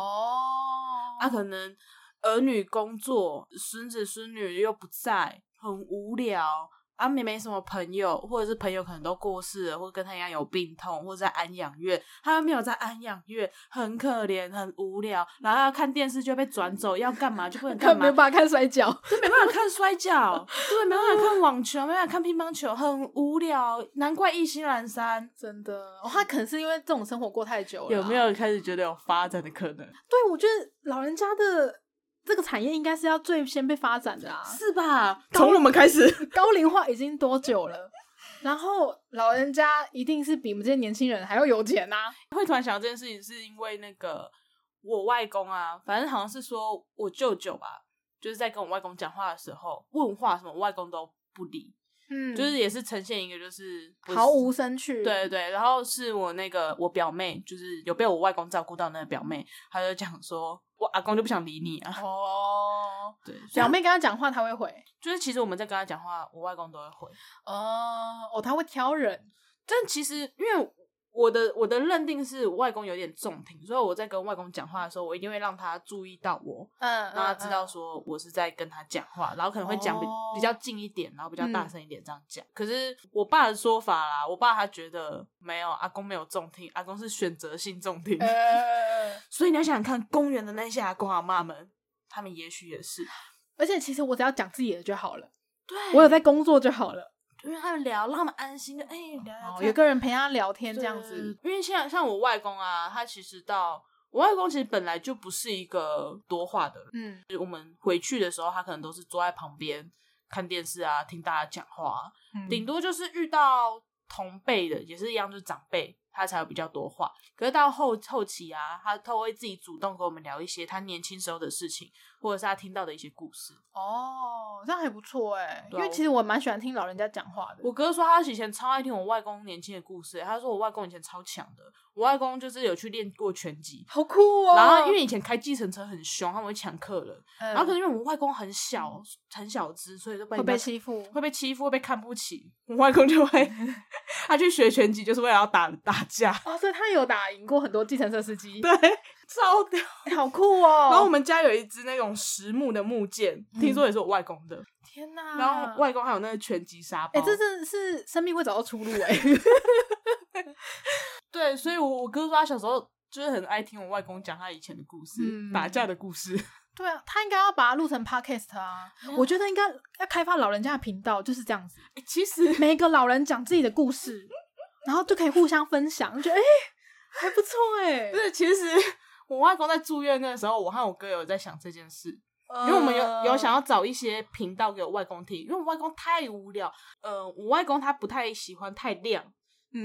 [SPEAKER 2] 哦
[SPEAKER 1] 啊，可能儿女工作，孙子孙女又不在，很无聊啊，没没什么朋友，或者是朋友可能都过世了，或跟他一样有病痛，或者在安养院，他们没有在安养院，很可怜，很无聊，然后要看电视就被转走，要干嘛就不能 干
[SPEAKER 2] 看
[SPEAKER 1] 嘛
[SPEAKER 2] 没，办法看摔跤，
[SPEAKER 1] 就没办法看摔跤，对，没办法看网球，没办法看乒乓球，很无聊，难怪意兴阑珊。
[SPEAKER 2] 真的、哦。他可能是因为这种生活过太久了，
[SPEAKER 1] 有没？有开始觉得有发展的可能？
[SPEAKER 2] 对，我觉得老人家的这个产业应该是要最先被发展的啊。
[SPEAKER 1] 是吧？从我们开始，
[SPEAKER 2] 高龄化已经多久了？ 然后老人家一定是比我们这些年轻人还要有钱啊呐、
[SPEAKER 1] 会突然想到这件事情，是因为那个我外公啊，反正好像是说我舅舅吧，就是在跟我外公讲话的时候，问话什么，我外公都不理，
[SPEAKER 2] 嗯，
[SPEAKER 1] 就是也是呈现一个就是不是
[SPEAKER 2] 毫无生趣。
[SPEAKER 1] 对对对，然后是我那个我表妹，就是有被我外公照顾到那个表妹，她就讲说，我阿公就不想理你啊，
[SPEAKER 2] 哦，
[SPEAKER 1] 对，所以
[SPEAKER 2] 表妹跟他讲话，他会回。
[SPEAKER 1] 就是其实我们在跟他讲话，我外公都会回，
[SPEAKER 2] 哦哦，他会挑人。
[SPEAKER 1] 但其实因为我的我的认定是我外公有点重听，所以我在跟外公讲话的时候，我一定会让他注意到我，
[SPEAKER 2] 嗯，
[SPEAKER 1] 让他知道说我是在跟他讲话，然后可能会讲比、
[SPEAKER 2] 哦
[SPEAKER 1] 比较近一点，然后比较大
[SPEAKER 2] 嗯
[SPEAKER 1] 声一点这样讲。可是我爸的说法啦，我爸他觉得没有阿公没有重听，阿公是选择性重听。
[SPEAKER 2] 嗯，呃，
[SPEAKER 1] 所以你要想想看，公园的那些阿公阿妈们，他们也许也是，
[SPEAKER 2] 而且其实我只要讲自己的就好了，
[SPEAKER 1] 对
[SPEAKER 2] 我 有在工作就好了，
[SPEAKER 1] 因为他们聊，让他们安心，就哎、聊聊
[SPEAKER 2] 哦，
[SPEAKER 1] 看
[SPEAKER 2] 有个人陪他聊天这
[SPEAKER 1] 对
[SPEAKER 2] 样子，。
[SPEAKER 1] 因为像像我外公啊，他其实到我外公其实本来就不是一个多话的人，
[SPEAKER 2] 嗯
[SPEAKER 1] 就是我们回去的时候，他可能都是坐在旁边看电视啊，听大家讲话啊、
[SPEAKER 2] 嗯
[SPEAKER 1] 顶多就是遇到同辈的，也是一样，就是长辈，他才有比较多话。可是到后后期啊，他他会自己主动跟我们聊一些他年轻时候的事情，或者是他听到的一些故事。
[SPEAKER 2] 哦，这样还不错哎，因
[SPEAKER 1] 对啊
[SPEAKER 2] 为其实我蛮喜欢听老人家讲话的，
[SPEAKER 1] 我哥说他以前超爱听我外公年轻的故事、欸他说我外公以前超强的，我外公就是有去练过拳击。
[SPEAKER 2] 好酷哦，
[SPEAKER 1] 然后因为以前开计程车很凶，他们会抢客人。
[SPEAKER 2] 然
[SPEAKER 1] 然后可能因为我外公很小很小只，所以就被
[SPEAKER 2] 嗯会
[SPEAKER 1] 人家
[SPEAKER 2] 被欺负，
[SPEAKER 1] 会被欺负，会被看不起。我外公就 会他去学拳击，就是为了要打打架，
[SPEAKER 2] 哦，所以他有打赢过很多计程车司机，
[SPEAKER 1] 对，超屌。
[SPEAKER 2] 哎好酷哦。
[SPEAKER 1] 然后我们家有一只那种实木的木剑，
[SPEAKER 2] 嗯
[SPEAKER 1] 听说也是我外公的。
[SPEAKER 2] 天哪，
[SPEAKER 1] 然后外公还有那个拳击沙包，
[SPEAKER 2] 哎、这真的是生命会找到出路 哎、
[SPEAKER 1] 对，所以我我哥说他小时候。就是很爱听我外公讲他以前的故事，
[SPEAKER 2] 嗯
[SPEAKER 1] 打架的故事。
[SPEAKER 2] 对啊，他应该要把它录成 podcast 啊，
[SPEAKER 1] 哦
[SPEAKER 2] 我觉得应该要开发老人家的频道，就是这样子，
[SPEAKER 1] 欸其 实
[SPEAKER 2] 每一个老人讲自己的故事，然后就可以互相分享，觉得哎、还不错哎、
[SPEAKER 1] 不是，其实我外公在住院那时候，我和我哥有在想这件事，因为我们有有想
[SPEAKER 2] 要
[SPEAKER 1] 要找一些频道给我外公听，因为我外公太无聊。呃，我外公他不太喜欢太亮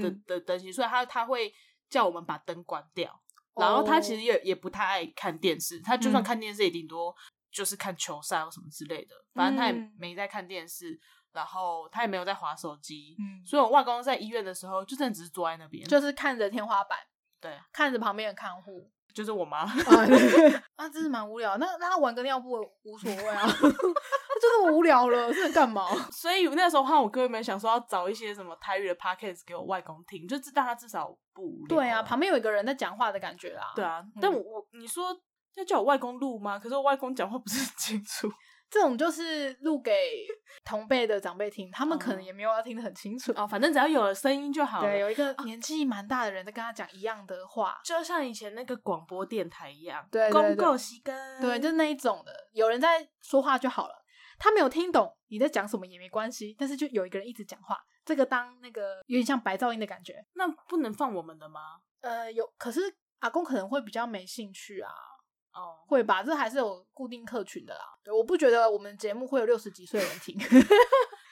[SPEAKER 1] 的
[SPEAKER 2] 嗯，
[SPEAKER 1] 的灯芯，所以他他会叫我们把灯关掉。然后他其实
[SPEAKER 2] 哦
[SPEAKER 1] 也也不太爱看电视，他就算
[SPEAKER 2] 嗯
[SPEAKER 1] 看电视，也顶多就是看球赛或什么之类的。反正他也
[SPEAKER 2] 嗯
[SPEAKER 1] 没在看电视，然后他也没有在划手机。
[SPEAKER 2] 嗯，
[SPEAKER 1] 所以我外公在医院的时候，就真的只是坐在那边，
[SPEAKER 2] 就是看着天花板，
[SPEAKER 1] 对，
[SPEAKER 2] 看着旁边的看护。
[SPEAKER 1] 就是我妈。
[SPEAKER 2] 啊，对 啊，真是蛮无聊。那那他玩个尿布无所谓啊， 他就这么无聊了，这能干 嘛？
[SPEAKER 1] 所以那时候和我哥们想说要找一些什么台语的 podcast 给我外公听，就知道他至少不无聊
[SPEAKER 2] 对啊，旁边有一个人在讲话的感觉啦。
[SPEAKER 1] 对啊，
[SPEAKER 2] 嗯
[SPEAKER 1] 但我我你说要叫我外公录吗？可是我外公讲话不是很清楚，
[SPEAKER 2] 这种就是录给同辈的长辈听，他们可能
[SPEAKER 1] 嗯
[SPEAKER 2] 也没有要听得很清楚。
[SPEAKER 1] 哦，反正只要有了声音就好
[SPEAKER 2] 对，
[SPEAKER 1] 了。
[SPEAKER 2] 有一个年纪蛮大的人在跟他讲一样的话，
[SPEAKER 1] 就像以前那个广播电台一样，
[SPEAKER 2] 对对
[SPEAKER 1] 公
[SPEAKER 2] 对
[SPEAKER 1] 告西根，
[SPEAKER 2] 对，就是那一种的，有人在说话就好了。他没有听懂你在讲什么也没关系，但是就有一个人一直讲话，这个当那个有点像白噪音的感觉。
[SPEAKER 1] 那不能放我们的吗？
[SPEAKER 2] 呃，有，可是阿公可能会比较没兴趣啊，
[SPEAKER 1] 哦，
[SPEAKER 2] 会吧？这还是有固定客群的啦。对我不觉得我们节目会有六十几岁的人听，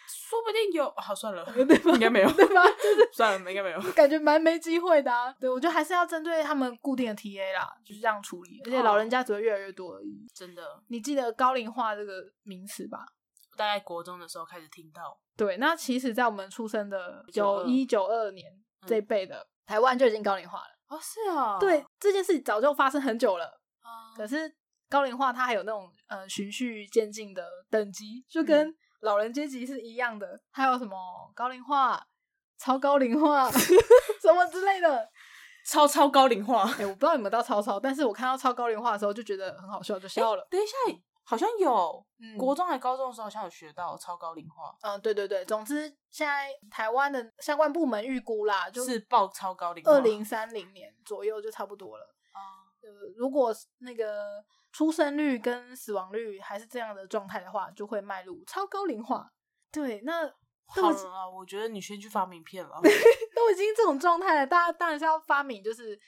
[SPEAKER 1] 说不定有，好、算了，
[SPEAKER 2] 对吧
[SPEAKER 1] 应该没有，
[SPEAKER 2] 对吧？就是
[SPEAKER 1] 算了，应该没有。
[SPEAKER 2] 感觉蛮没机会的、啊。对，我觉得还是要针对他们固定的 TA 啦，就是这样处理。而且老人家只会越来越多而已。
[SPEAKER 1] 真的，
[SPEAKER 2] 你记得高龄化这个名词吧？
[SPEAKER 1] 大概国中的时候开始听到，
[SPEAKER 2] 对，那其实，在我们出生的
[SPEAKER 1] 92
[SPEAKER 2] 九一九二年这一辈的、台湾就已经高龄化了。
[SPEAKER 1] 哦，是哦，
[SPEAKER 2] 对，这件事早就发生很久了，
[SPEAKER 1] 啊
[SPEAKER 2] 可是高龄化它还有那种呃循序渐进的等级，就跟老人阶级是一样的。还有什么高龄化、超高龄 化什么之类的，
[SPEAKER 1] 超超高龄化。
[SPEAKER 2] 哎、我不知道有没有到超超，但是我看到超高龄化的时候就觉得很好笑，就笑了。
[SPEAKER 1] 等一下，好像有，
[SPEAKER 2] 嗯
[SPEAKER 1] 国中还高中的时候好像有学到超高龄化，
[SPEAKER 2] 嗯，对对对，总之现在台湾的相关部门预估啦，就是
[SPEAKER 1] 报超高龄化。
[SPEAKER 2] 二零三零年左右就差不多了。
[SPEAKER 1] 啊，
[SPEAKER 2] 呃，如果那个出生率跟死亡率还是这样的状态的话，就会迈入超高龄化。对，那都
[SPEAKER 1] 好
[SPEAKER 2] 已
[SPEAKER 1] 了啊，我觉得你先去发名片了。
[SPEAKER 2] 都已经这种状态了，大家当然是要发明，就是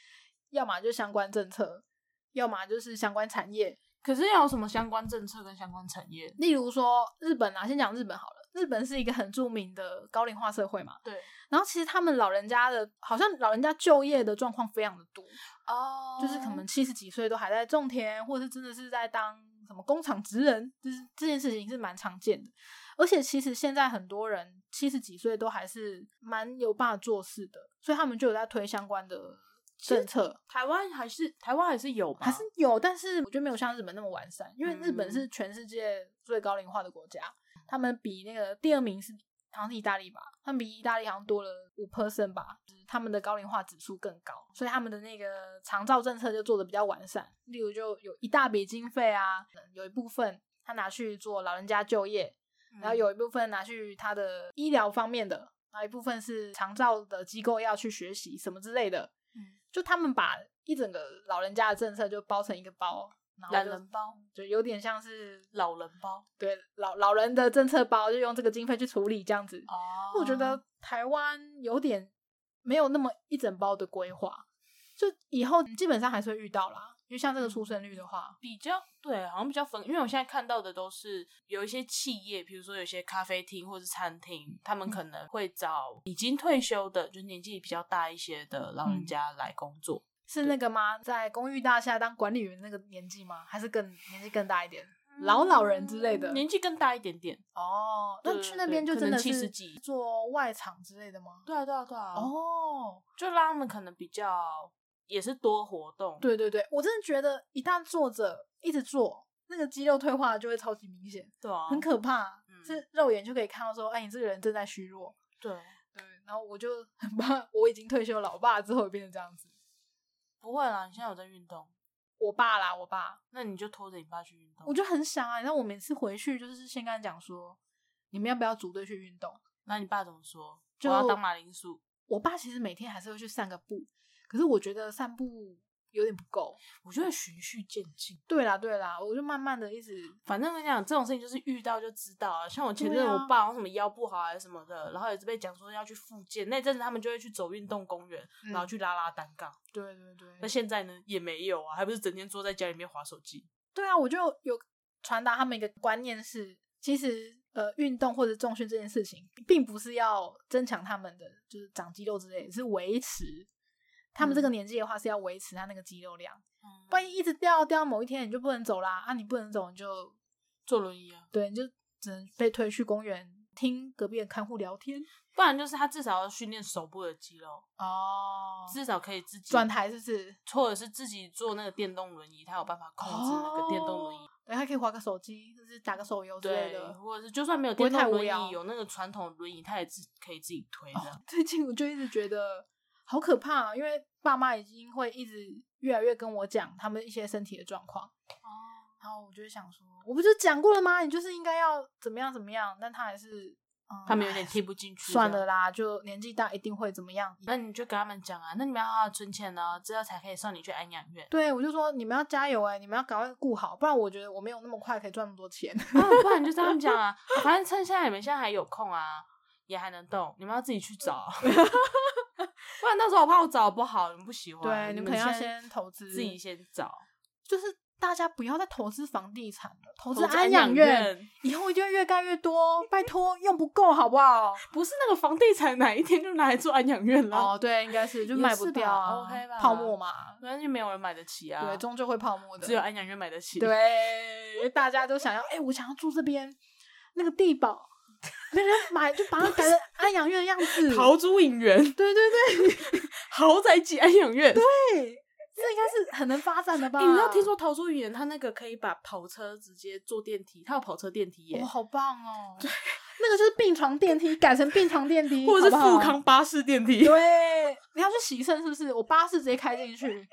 [SPEAKER 2] 要么就相关政策，要么就是相关产业，
[SPEAKER 1] 可是要有什么相关政策跟相关产业？
[SPEAKER 2] 例如说日本啊，先讲日本好了。日本是一个很著名的高龄化社会嘛，
[SPEAKER 1] 对，
[SPEAKER 2] 然后其实他们老人家的，好像老人家就业的状况非常的多，
[SPEAKER 1] 哦
[SPEAKER 2] 就是可能七十几岁都还在种田，或者是真的是在当什么工厂职人，就是这件事情是蛮常见的。而且其实现在很多人七十几岁都还是蛮有办法做事的，所以他们就有在推相关的政策。
[SPEAKER 1] 台湾还是台湾还是有吧，
[SPEAKER 2] 还是有，但是我觉得没有像日本那么完善，因为日本
[SPEAKER 1] 嗯
[SPEAKER 2] 是全世界最高龄化的国家，他们比那个第二名是好像是意大利吧，他们比意大利好像多了五 percent 吧，就是他们的高龄化指数更高，所以他们的那个长照政策就做的比较完善。例如就有一大笔经费啊，有一部分他拿去做老人家就业，
[SPEAKER 1] 嗯
[SPEAKER 2] 然后有一部分拿去他的医疗方面的，然后一部分是长照的机构要去学习什么之类的。
[SPEAKER 3] 嗯，
[SPEAKER 2] 就他们把一整个老人家的政策就包成一个包，然
[SPEAKER 1] 懒
[SPEAKER 2] 后就
[SPEAKER 1] 人包、
[SPEAKER 2] 就有点像是
[SPEAKER 1] 老人包
[SPEAKER 2] 对老老人的政策包，就用这个经费去处理这样子。
[SPEAKER 1] 哦
[SPEAKER 2] 我觉得台湾有点没有那么一整包的规划，就以后基本上还是会遇到啦。因为像这个出生率的话，
[SPEAKER 1] 比较对，好像比较分，因为我现在看到的都是有一些企业，比如说有些咖啡厅或是餐厅，他
[SPEAKER 2] 嗯
[SPEAKER 1] 们可能会找已经退休的，就年纪比较大一些的老人家来工作。
[SPEAKER 2] 是那个吗？在公寓大厦当管理员那个年纪吗？还是更年纪更大一点，老老人之类的？
[SPEAKER 1] 嗯年纪更大一点点。
[SPEAKER 2] 哦，那
[SPEAKER 1] 对
[SPEAKER 2] 去
[SPEAKER 1] 对
[SPEAKER 2] 那边
[SPEAKER 1] 对
[SPEAKER 2] 就
[SPEAKER 1] 可
[SPEAKER 2] 真
[SPEAKER 1] 能
[SPEAKER 2] 的
[SPEAKER 1] 70
[SPEAKER 2] 是
[SPEAKER 1] 几
[SPEAKER 2] 做外场之类的吗？
[SPEAKER 1] 对啊，对啊，对啊。，
[SPEAKER 2] 哦，
[SPEAKER 1] 就让他们可能比较也是多活动。，
[SPEAKER 2] 哦对对对，我真的觉得一旦坐着一直坐，那个肌肉退化就会超级明显，
[SPEAKER 1] 对啊，
[SPEAKER 2] 很可怕。
[SPEAKER 1] 嗯
[SPEAKER 2] 是肉眼就可以看到说，哎，你这个人正在虚弱。
[SPEAKER 1] 对。
[SPEAKER 2] 对，然后我就很怕，我已经退休了，我爸之后也变成这样子。
[SPEAKER 1] 不会啦，你现在有在运动，
[SPEAKER 2] 我爸啦，我爸，
[SPEAKER 1] 那你就拖着你爸去运动。
[SPEAKER 2] 我就很想啊。然后我每次回去就是先跟他讲说，你们要不要组队去运动？
[SPEAKER 1] 那你爸怎么说？
[SPEAKER 2] 就
[SPEAKER 1] 我要当马铃薯。
[SPEAKER 2] 我爸其实每天还是会去散个步，可是我觉得散步有点不够。
[SPEAKER 1] 我觉得循序渐进。
[SPEAKER 2] 对啦，对啦，我就慢慢的一直
[SPEAKER 1] 反正我跟你讲，这种事情就是遇到就知道了。像我前
[SPEAKER 2] 对
[SPEAKER 1] 阵
[SPEAKER 2] 啊
[SPEAKER 1] 我爸好像什么腰不好还是什么的，然后也是被讲说要去复健。那阵子他们就会去走运动公园，
[SPEAKER 2] 嗯
[SPEAKER 1] 然后去拉拉单杠。
[SPEAKER 2] 对对对
[SPEAKER 1] 那现在呢，也没有啊，还不是整天坐在家里面划手机。
[SPEAKER 2] 对啊，我就有传达他们一个观念是，其实呃，运动或者重训这件事情，并不是要增强他们的就是长肌肉之类的，是维持。他们这个年纪的话是要维持他那个肌肉量，万一一直掉掉到某一天你就不能走啦啊！你不能走你就
[SPEAKER 1] 坐轮椅啊，
[SPEAKER 2] 对，你就只能被推去公园听隔壁的看护聊天
[SPEAKER 1] 不然就是他至少要训练手部的肌肉，
[SPEAKER 2] 哦
[SPEAKER 1] 至少可以自己
[SPEAKER 2] 转，台是不是？
[SPEAKER 1] 或者是自己坐那个电动轮椅，他有办法控制那个电动轮椅。
[SPEAKER 2] 对，还可以划个手机，就是打个手哦游之类
[SPEAKER 1] 对
[SPEAKER 2] 的，。
[SPEAKER 1] 或者是就算没有
[SPEAKER 2] 不会
[SPEAKER 1] 电
[SPEAKER 2] 太
[SPEAKER 1] 动
[SPEAKER 2] 无
[SPEAKER 1] 轮
[SPEAKER 2] 聊哦
[SPEAKER 1] 椅，有那个传统轮椅，他也自可以自己推的。
[SPEAKER 2] 最近我就一直觉得好可怕、啊，因为爸妈已经会一直越来越跟我讲他们一些身体的状况，
[SPEAKER 1] 哦，
[SPEAKER 2] 然后我就会想说，我不就讲过了吗？你就是应该要怎么样怎么样，但他还是、嗯、
[SPEAKER 1] 他们有点
[SPEAKER 2] 哎
[SPEAKER 1] 听不进去。
[SPEAKER 2] 算了。啦，就年纪大一定会怎么样。
[SPEAKER 1] 那你就跟他们讲啊，那你们要好好存钱哦，之后才可以送你去安养院。
[SPEAKER 2] 对，我就说你们要加油哎、你们要赶快顾好，不然我觉得我没有那么快可以赚那么多钱。
[SPEAKER 1] 啊，不然你就这样讲啊，反正趁现在你们现在还有空啊，也还能动，你们要自己去找。 不然到时候我怕我找不好，你们不喜欢。
[SPEAKER 2] 对，
[SPEAKER 1] 你
[SPEAKER 2] 你
[SPEAKER 1] 们
[SPEAKER 2] 可能要
[SPEAKER 1] 先
[SPEAKER 2] 先投资
[SPEAKER 1] 自己先找，
[SPEAKER 2] 就是大家不要再投资房地产了，投资
[SPEAKER 1] 投资安
[SPEAKER 2] 安
[SPEAKER 1] 养
[SPEAKER 2] 养院，
[SPEAKER 1] 院
[SPEAKER 2] 以后一定会越盖越多，拜托用不够好 不好？
[SPEAKER 1] 不是那个房地产哪一天就拿来做安养院了。
[SPEAKER 2] 哦，，对，应该是就卖不掉啊
[SPEAKER 1] 也是吧，OK 吧
[SPEAKER 2] 泡沫嘛，
[SPEAKER 1] 反正就没有人买得起啊。
[SPEAKER 2] 对，终究会泡沫的。
[SPEAKER 1] 只有安养院买得起。，
[SPEAKER 2] 对，大家都想要，哎、我想要住这边，那个地堡，没人买，就把它改成安养院的样子。
[SPEAKER 1] 逃出影园，
[SPEAKER 2] 对对对，
[SPEAKER 1] 豪宅级安养 院。对，
[SPEAKER 2] 这应该是很能发展的吧？
[SPEAKER 1] 哎你知道听说逃出影园，他那个可以把跑车直接坐电梯，他有跑车电梯耶
[SPEAKER 2] 哇，，好棒哦！那个就是病床电梯，改成病床电梯，
[SPEAKER 1] 或者是
[SPEAKER 2] 好不好
[SPEAKER 1] 富康。巴士电梯。
[SPEAKER 2] 对，你要去洗肾是不是？我巴士直接开进去，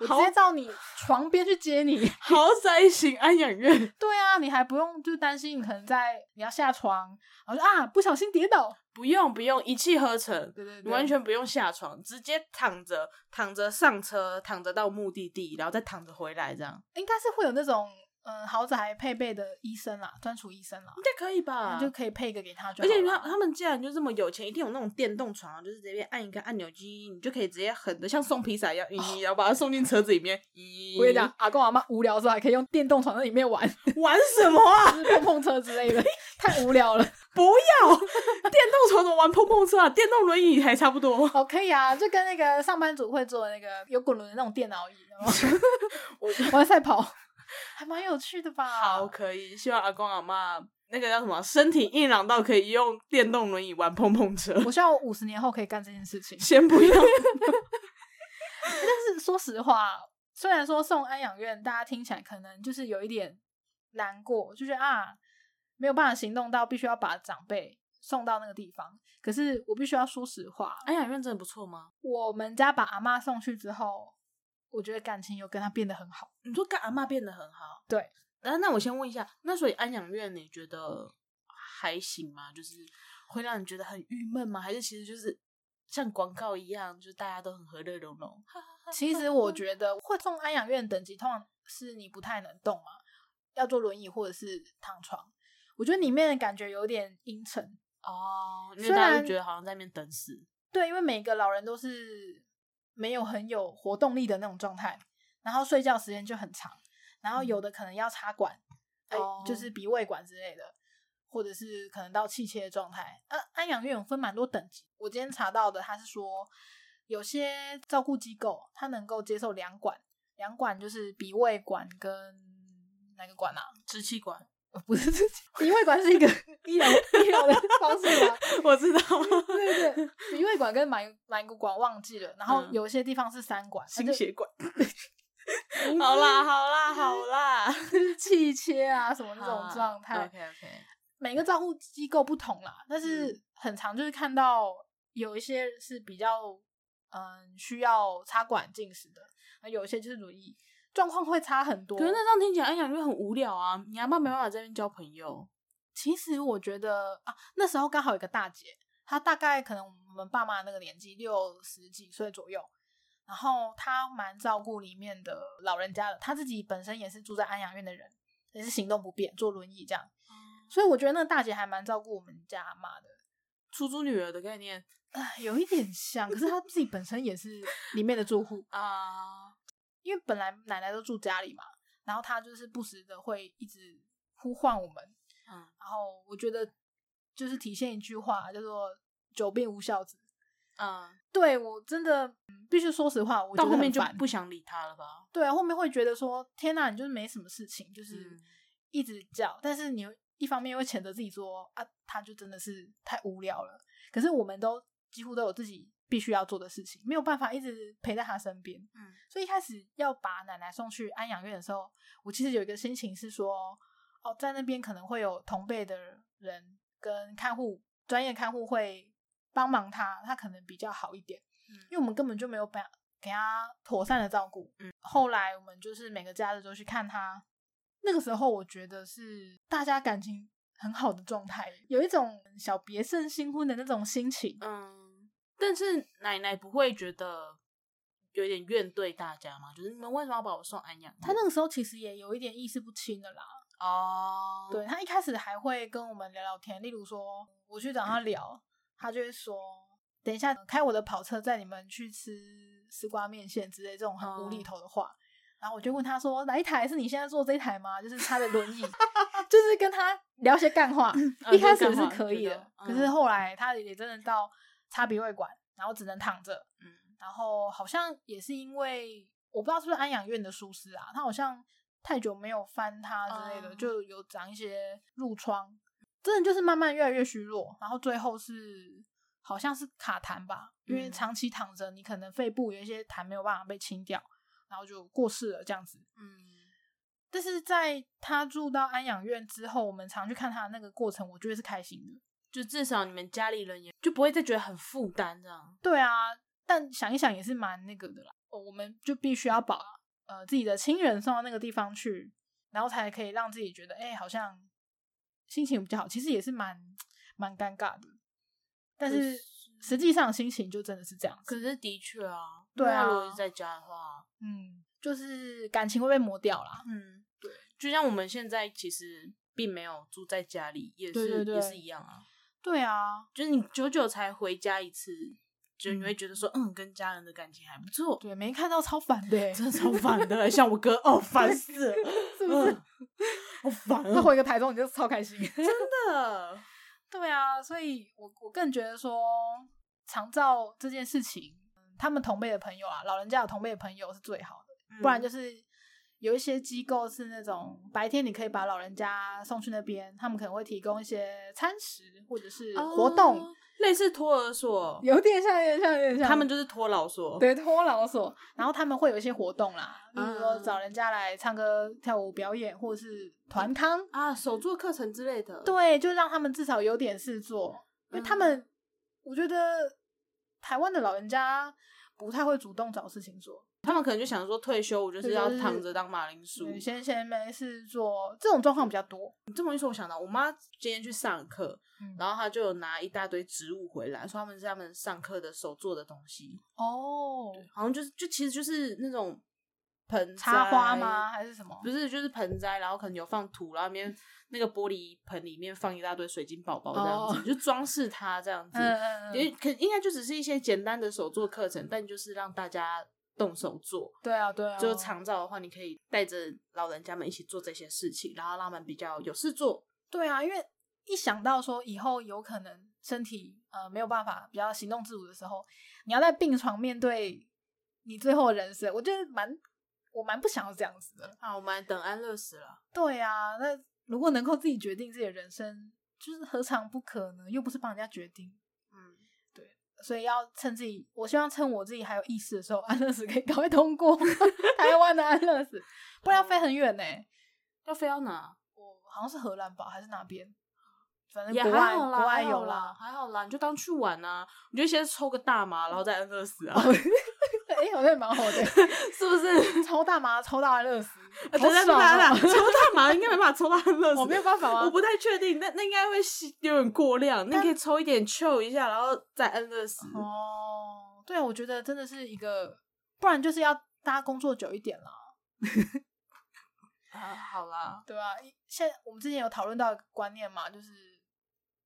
[SPEAKER 2] 我直接到你床边去接你。
[SPEAKER 1] 豪宅型安养院，
[SPEAKER 2] 对啊，你还不用就担心你可能在你要下床，然后就啊不小心跌倒，
[SPEAKER 1] 不用不用，一气呵成，
[SPEAKER 2] 对对
[SPEAKER 1] 你完全不用下床，直接躺着躺着上车，躺着到目的地，然后再躺着回来，这样
[SPEAKER 2] 应该是会有那种嗯豪宅配备的医生啦，专属医生啦，
[SPEAKER 1] 应该可以
[SPEAKER 2] 你
[SPEAKER 1] 吧？
[SPEAKER 2] 就可以配一个给他就
[SPEAKER 1] 啊而
[SPEAKER 2] 好了。
[SPEAKER 1] 且他他们既然就这么有钱，一定有那种电动床啊，就是直接按一个按钮，叽，你就可以直接狠的像送披萨一样，咦，然后把它送进车子里面。咦，
[SPEAKER 2] 哦我跟你讲，阿公阿妈无聊的时候还可以用电动床在里面 玩，就
[SPEAKER 1] 玩什么啊？
[SPEAKER 2] 是碰碰车之类的，太无聊了。
[SPEAKER 1] 不要 电动床，怎么玩碰碰车啊？电动轮椅还差不多。
[SPEAKER 2] 哦，可以啊，就跟那个上班族会坐的那个有滚轮的那种电脑椅，然后玩赛跑，还蛮有趣的吧？
[SPEAKER 1] 好，可以。希望阿公阿妈那个叫什么，身体硬朗到可以用电动轮椅玩碰碰车。
[SPEAKER 2] 我希望我五十年后可以干这件 事情。
[SPEAKER 1] 先不要，
[SPEAKER 2] 但是说实话，虽然说送安养院，大家听起来可能就是有一点难过，就觉得啊，没有办法行动到，必须要把长辈送到那个地方。可是我必须要说实话，
[SPEAKER 1] 安养院真的不错吗？
[SPEAKER 2] 我们家把阿妈送去之后，我觉得感情有跟她变得很好。
[SPEAKER 1] 你说跟阿嬷变得很好，
[SPEAKER 2] 对。
[SPEAKER 1] 那那我先问一下，那所以安养院你觉得还行吗？就是会让你觉得很郁闷吗？还是其实就是像广告一样，就是大家都很和乐融融？
[SPEAKER 2] 其实我觉得会送安养院的等级，通常是你不太能动嘛，要坐轮椅或者是躺床。我觉得里面的感觉有点阴沉，
[SPEAKER 1] 哦，因为
[SPEAKER 2] 虽
[SPEAKER 1] 大家
[SPEAKER 2] 然
[SPEAKER 1] 就觉得好像在那边等死。
[SPEAKER 2] 对，因为每个老人都是没有很有活动力的那种状态，然后睡觉时间就很长，然后有的可能要插管，哎、
[SPEAKER 1] 哦
[SPEAKER 2] 就是鼻胃管之类的，或者是可能到气切的状态。安、安养院有分蛮多等级，我今天查到的，他是说有些照顾机构它能够接受两管，两管就是鼻胃管跟哪个管啊？
[SPEAKER 1] 支气 管，
[SPEAKER 2] 呃不是，鼻胃管是一个 医疗医疗的方式吗？
[SPEAKER 4] 我知道，
[SPEAKER 2] 对对，鼻胃管跟埋埋骨管忘记了，然后
[SPEAKER 1] 嗯
[SPEAKER 2] 有些地方是三管，
[SPEAKER 1] 啊
[SPEAKER 2] 那
[SPEAKER 4] 心
[SPEAKER 2] 就
[SPEAKER 4] 血管。
[SPEAKER 1] 好啦，好啦，好 啦，
[SPEAKER 2] 气切啊什么那种状态。
[SPEAKER 1] OK OK，
[SPEAKER 2] 每个照护机构不同啦，但是
[SPEAKER 1] 嗯
[SPEAKER 2] 很常就是看到有一些是比较嗯需要插管进食的，那有一些就是轮椅，状况会差很多
[SPEAKER 1] 可。是那这样听起来哎安养院很无聊啊，你阿嬷没办法在那边交朋友。
[SPEAKER 2] 其实我觉得啊，那时候刚好有个大姐，她大概可能我们爸妈那个年纪，六十几岁左右。然后她蛮照顾里面的老人家的，她自己本身也是住在安养院的人，也是行动不便，坐轮椅这样。所以我觉得那个大姐还蛮照顾我们家阿妈的，
[SPEAKER 1] 出租女儿的概念
[SPEAKER 2] 啊，有一点像。可是她自己本身也是里面的住户，
[SPEAKER 1] 啊，
[SPEAKER 2] 因为本来奶奶都住家里嘛，然后她就是不时的会一直呼唤我们，
[SPEAKER 1] 嗯，
[SPEAKER 2] 然后我觉得就是体现一句话，叫做“久病无孝子
[SPEAKER 1] 嗯，”
[SPEAKER 2] 对。我真的、嗯必须说实话，我觉
[SPEAKER 1] 到
[SPEAKER 2] 得
[SPEAKER 1] 后
[SPEAKER 2] 很
[SPEAKER 1] 面就
[SPEAKER 2] 烦
[SPEAKER 1] 不想理他了吧？
[SPEAKER 2] 对啊，后面会觉得说：“天呐，你就是没什么事情，就是
[SPEAKER 1] 嗯
[SPEAKER 2] 一直叫。但是你又一方面又会谴责自己说：“啊，他就真的是太无聊了。”可是我们都几乎都有自己必须要做的事情，没有办法一直陪在他身边。
[SPEAKER 1] 嗯，
[SPEAKER 2] 所以一开始要把奶奶送去安养院的时候，我其实有一个心情是说，哦，在那边可能会有同辈的人跟看护专业看护会帮忙她，她可能比较好一点，
[SPEAKER 1] 嗯
[SPEAKER 2] 因为我们根本就没有把给她妥善的照顾。嗯，后来我们就是每个假日都去看她，那个时候我觉得是大家感情很好的状态，有一种小别胜新婚的那种心情。
[SPEAKER 1] 嗯，但是奶奶不会觉得有点怨对大家吗？就是你们为什么要把我送安养院？
[SPEAKER 2] 她那个时候其实也有一点意识不清的啦。
[SPEAKER 1] 哦，
[SPEAKER 2] 对他一开始还会跟我们聊聊天，例如说我去找他聊，他就会说等一下开我的跑车载你们去吃丝瓜面线之类这种很无厘头的话。然后我就问他说：“哪一台是你现在坐这一台吗？”就是他的轮椅， 就是跟他聊些干话。
[SPEAKER 1] 嗯
[SPEAKER 2] 一开始
[SPEAKER 1] 就是
[SPEAKER 2] 是
[SPEAKER 1] 干话
[SPEAKER 2] 可以
[SPEAKER 1] 觉
[SPEAKER 2] 的，
[SPEAKER 1] 得
[SPEAKER 2] 可是
[SPEAKER 1] 嗯
[SPEAKER 2] 后来他也真的到插鼻胃管，然后只能躺着。
[SPEAKER 1] 嗯
[SPEAKER 2] 然后好像也是因为我不知道是不是安养院的疏失啊，他好像太久没有翻他之类的，
[SPEAKER 1] 嗯
[SPEAKER 2] 就有长一些褥疮，真的就是慢慢越来越虚弱，然后最后是好像是卡痰吧，因为
[SPEAKER 1] 嗯
[SPEAKER 2] 长期躺着，你可能肺部有一些痰没有办法被清掉，然后就过世了这样子。
[SPEAKER 1] 嗯，
[SPEAKER 2] 但是在他住到安养院之后，我们常去看他的那个过程，我觉得是开心的。
[SPEAKER 1] 就至少你们家里人也就不会再觉得很负担这样。
[SPEAKER 2] 对啊，但想一想也是蛮那个的啦。哦我们就必须要把呃自己的亲人送到那个地方去，然后才可以让自己觉得，哎、好像心情比较好。其实也是蛮蛮尴尬的，但
[SPEAKER 1] 可
[SPEAKER 2] 是
[SPEAKER 1] 是
[SPEAKER 2] 实际上心情就真的是这样子。
[SPEAKER 1] 可是的确啊，
[SPEAKER 2] 对啊
[SPEAKER 1] 那如果是在家的话，
[SPEAKER 2] 嗯，就是感情会被磨掉啦。
[SPEAKER 1] 嗯，对，就像我们现在其实并没有住在家里，也是
[SPEAKER 2] 对对对
[SPEAKER 1] 也是一样啊，
[SPEAKER 2] 对啊，
[SPEAKER 1] 就是你久久才回家一次，就你会
[SPEAKER 2] 嗯
[SPEAKER 1] 觉得说，嗯，跟家人的感情还不错，
[SPEAKER 2] 对，没看到超烦的、 欸，
[SPEAKER 4] 真的超烦的，像我哥哦，烦死了，
[SPEAKER 2] 是不是？
[SPEAKER 4] 嗯好烦
[SPEAKER 2] 那
[SPEAKER 4] 哦，
[SPEAKER 2] 回个台中你就超开心。
[SPEAKER 4] 真的。
[SPEAKER 2] 对啊，所以我我更觉得说，长照这件事情，嗯他们同辈的朋友啊，老人家有同辈的朋友是最好的，不然
[SPEAKER 1] 嗯
[SPEAKER 2] 就是有一些机构是那种白天你可以把老人家送去那边，他们可能会提供一些餐食或者是活动，
[SPEAKER 1] 哦类似托儿所，
[SPEAKER 2] 有点像，有点像，有点像
[SPEAKER 4] 他们就是托老所，
[SPEAKER 2] 对托老所，然后他们会有一些活动啦，比如说
[SPEAKER 1] 嗯
[SPEAKER 2] 找人家来唱歌、跳舞表演，或者是团康。
[SPEAKER 1] 啊，手作课程之类的，
[SPEAKER 2] 对，就让他们至少有点事做，因
[SPEAKER 1] 嗯
[SPEAKER 2] 为他们，我觉得台湾的老人家不太会主动找事情做，
[SPEAKER 1] 他们可能就想说退休，我就是要躺着当马铃薯。
[SPEAKER 2] 有闲闲没事做，这种状况比较多。
[SPEAKER 1] 你这么一说，我想到我妈今天去上课，
[SPEAKER 2] 嗯
[SPEAKER 1] 然后她就有拿一大堆植物回来，说他们是他们上课的手做的东西，
[SPEAKER 2] 哦，
[SPEAKER 1] 好像就是就其实就是那种盆
[SPEAKER 2] 插花
[SPEAKER 1] 栽
[SPEAKER 2] 吗？？还是什么？
[SPEAKER 1] 不是，就是盆栽，然后可能有放土，然后里 面那个玻璃盆里面放一大堆水晶宝宝这样子，
[SPEAKER 2] 哦
[SPEAKER 1] 就装饰它这 样子。
[SPEAKER 2] 嗯嗯
[SPEAKER 1] 也
[SPEAKER 2] 嗯，
[SPEAKER 1] 可应该就只是一些简单的手作课程，但就是让大家动手做。
[SPEAKER 2] 对啊对啊，
[SPEAKER 1] 就长照的话，你可以带着老人家们一起做这些事情，然后让他们比较有事做。
[SPEAKER 2] 对啊，因为一想到说以后有可能身体呃没有办法比较行动自如的时候，你要在病床面对你最后的人生，我觉得蛮我蛮不想要这样子的。
[SPEAKER 1] 啊，我们等安乐死了，
[SPEAKER 2] 对啊，那如果能够自己决定自己的人生，就是何尝不可呢？又不是帮人家决定，
[SPEAKER 1] 嗯，
[SPEAKER 2] 所以要趁自己，我希望趁我自己还有意识的时候，安乐死可以赶快通过 台湾的安乐死，不然要飞很远呢、
[SPEAKER 1] 嗯要非要拿
[SPEAKER 2] 我好像是荷兰吧，还是哪边？反正
[SPEAKER 1] 也
[SPEAKER 2] 国
[SPEAKER 1] 还
[SPEAKER 2] 外
[SPEAKER 1] 好啦，
[SPEAKER 2] 国外
[SPEAKER 1] 还好
[SPEAKER 2] 有
[SPEAKER 1] 啦，还好啦，你就当去玩啊，你就先抽个大麻，然后再安乐死啊，
[SPEAKER 2] 哎、好像也蛮好的，
[SPEAKER 1] 是不是？
[SPEAKER 2] 抽大麻抽到安乐死，好
[SPEAKER 1] 等一下，等
[SPEAKER 2] 爽
[SPEAKER 1] 一下，
[SPEAKER 2] 啊！
[SPEAKER 1] 抽大麻应该没办法抽到安乐死，
[SPEAKER 2] 我没有办法啊
[SPEAKER 1] 我不太确定，那那应该会吸有点过量，那你可以抽一点 chill 一下，然后再安乐死。
[SPEAKER 2] 哦，对啊，我觉得真的是一个，不然就是要大家工作久一点啦，
[SPEAKER 1] 啊，好啦，
[SPEAKER 2] 对吧、现在我们之前有讨论到一个观念嘛，就是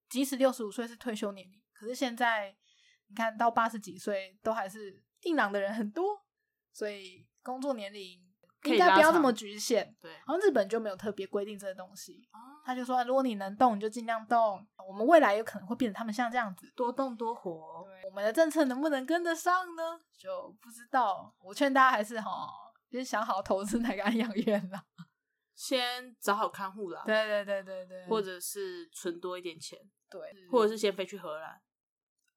[SPEAKER 2] 即使六十五岁是退休年龄，可是现在你看到八十几岁都还是硬朗的人很多，所以工作年龄
[SPEAKER 1] 可以
[SPEAKER 2] 应该不
[SPEAKER 1] 拉
[SPEAKER 2] 要这
[SPEAKER 1] 长
[SPEAKER 2] 么局限。
[SPEAKER 1] 对，
[SPEAKER 2] 好像日本就没有特别规定这个东西，
[SPEAKER 1] 哦
[SPEAKER 2] 他就说如果你能动，你就尽量动。我们未来有可能会变得他们像这样子，
[SPEAKER 1] 多动多活，
[SPEAKER 2] 我们的政策能不能跟得上呢？就不知道。我劝大家还是哈，就是想好投资哪个安养院 啦。
[SPEAKER 1] 先找好看护啦，
[SPEAKER 2] 对对对对对，
[SPEAKER 1] 或者是存多一点钱，
[SPEAKER 2] 对，
[SPEAKER 1] 或者是先飞去荷 兰。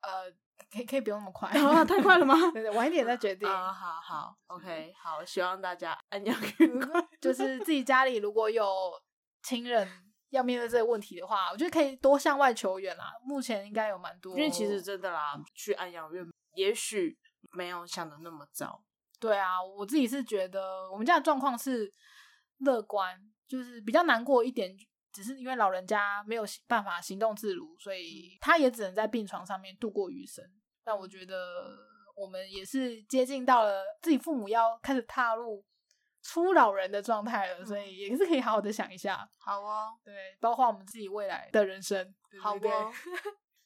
[SPEAKER 2] 呃，可以可以不用那么快，
[SPEAKER 1] 啊，太快了吗？
[SPEAKER 2] 对对，晚一点再决定。
[SPEAKER 1] 啊，好 好，OK，好，希望大家安养愉快。
[SPEAKER 2] 就是自己家里如果有亲人要面对这个问题的话，我觉得可以多向外求援啦。目前应该有蛮多，
[SPEAKER 1] 因为其实真的啦，去安养院也许没有想的那么糟。
[SPEAKER 2] 对啊，我自己是觉得我们家的状况是乐观，就是比较难过一点，只是因为老人家没有行办法行动自如，所以他也只能在病床上面度过余生。但我觉得我们也是接近到了自己父母要开始踏入初老人的状态了，所以也是可以好好的想一下，
[SPEAKER 1] 好哦，
[SPEAKER 2] 对，包括我们自己未来的人生，对
[SPEAKER 1] 好
[SPEAKER 2] 对对
[SPEAKER 1] 哦，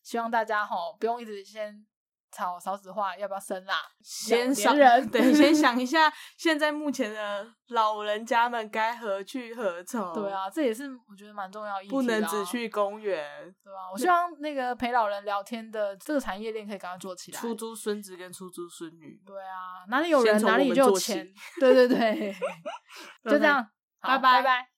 [SPEAKER 2] 希望大家吼不用一直先吵少子化要不要生啦，
[SPEAKER 1] 先
[SPEAKER 2] 老
[SPEAKER 1] 想
[SPEAKER 2] 年人
[SPEAKER 1] 对， 先想一下，现在目前的老人家们该何去何从？
[SPEAKER 2] 对，啊，这也是我觉得蛮重要的议题啦，
[SPEAKER 1] 哦不能只去公园。
[SPEAKER 2] 对啊，我希望那个陪老人聊天的这个产业链可以赶快做起来。
[SPEAKER 1] 出租孙子跟出租孙女，
[SPEAKER 2] 对啊，哪里有
[SPEAKER 1] 先
[SPEAKER 2] 人
[SPEAKER 1] 从
[SPEAKER 2] 哪
[SPEAKER 1] 我
[SPEAKER 2] 里
[SPEAKER 1] 们
[SPEAKER 2] 就有
[SPEAKER 1] 做起
[SPEAKER 2] 钱。对对对，就这样，
[SPEAKER 1] 拜
[SPEAKER 2] 好
[SPEAKER 1] 拜
[SPEAKER 2] 拜拜。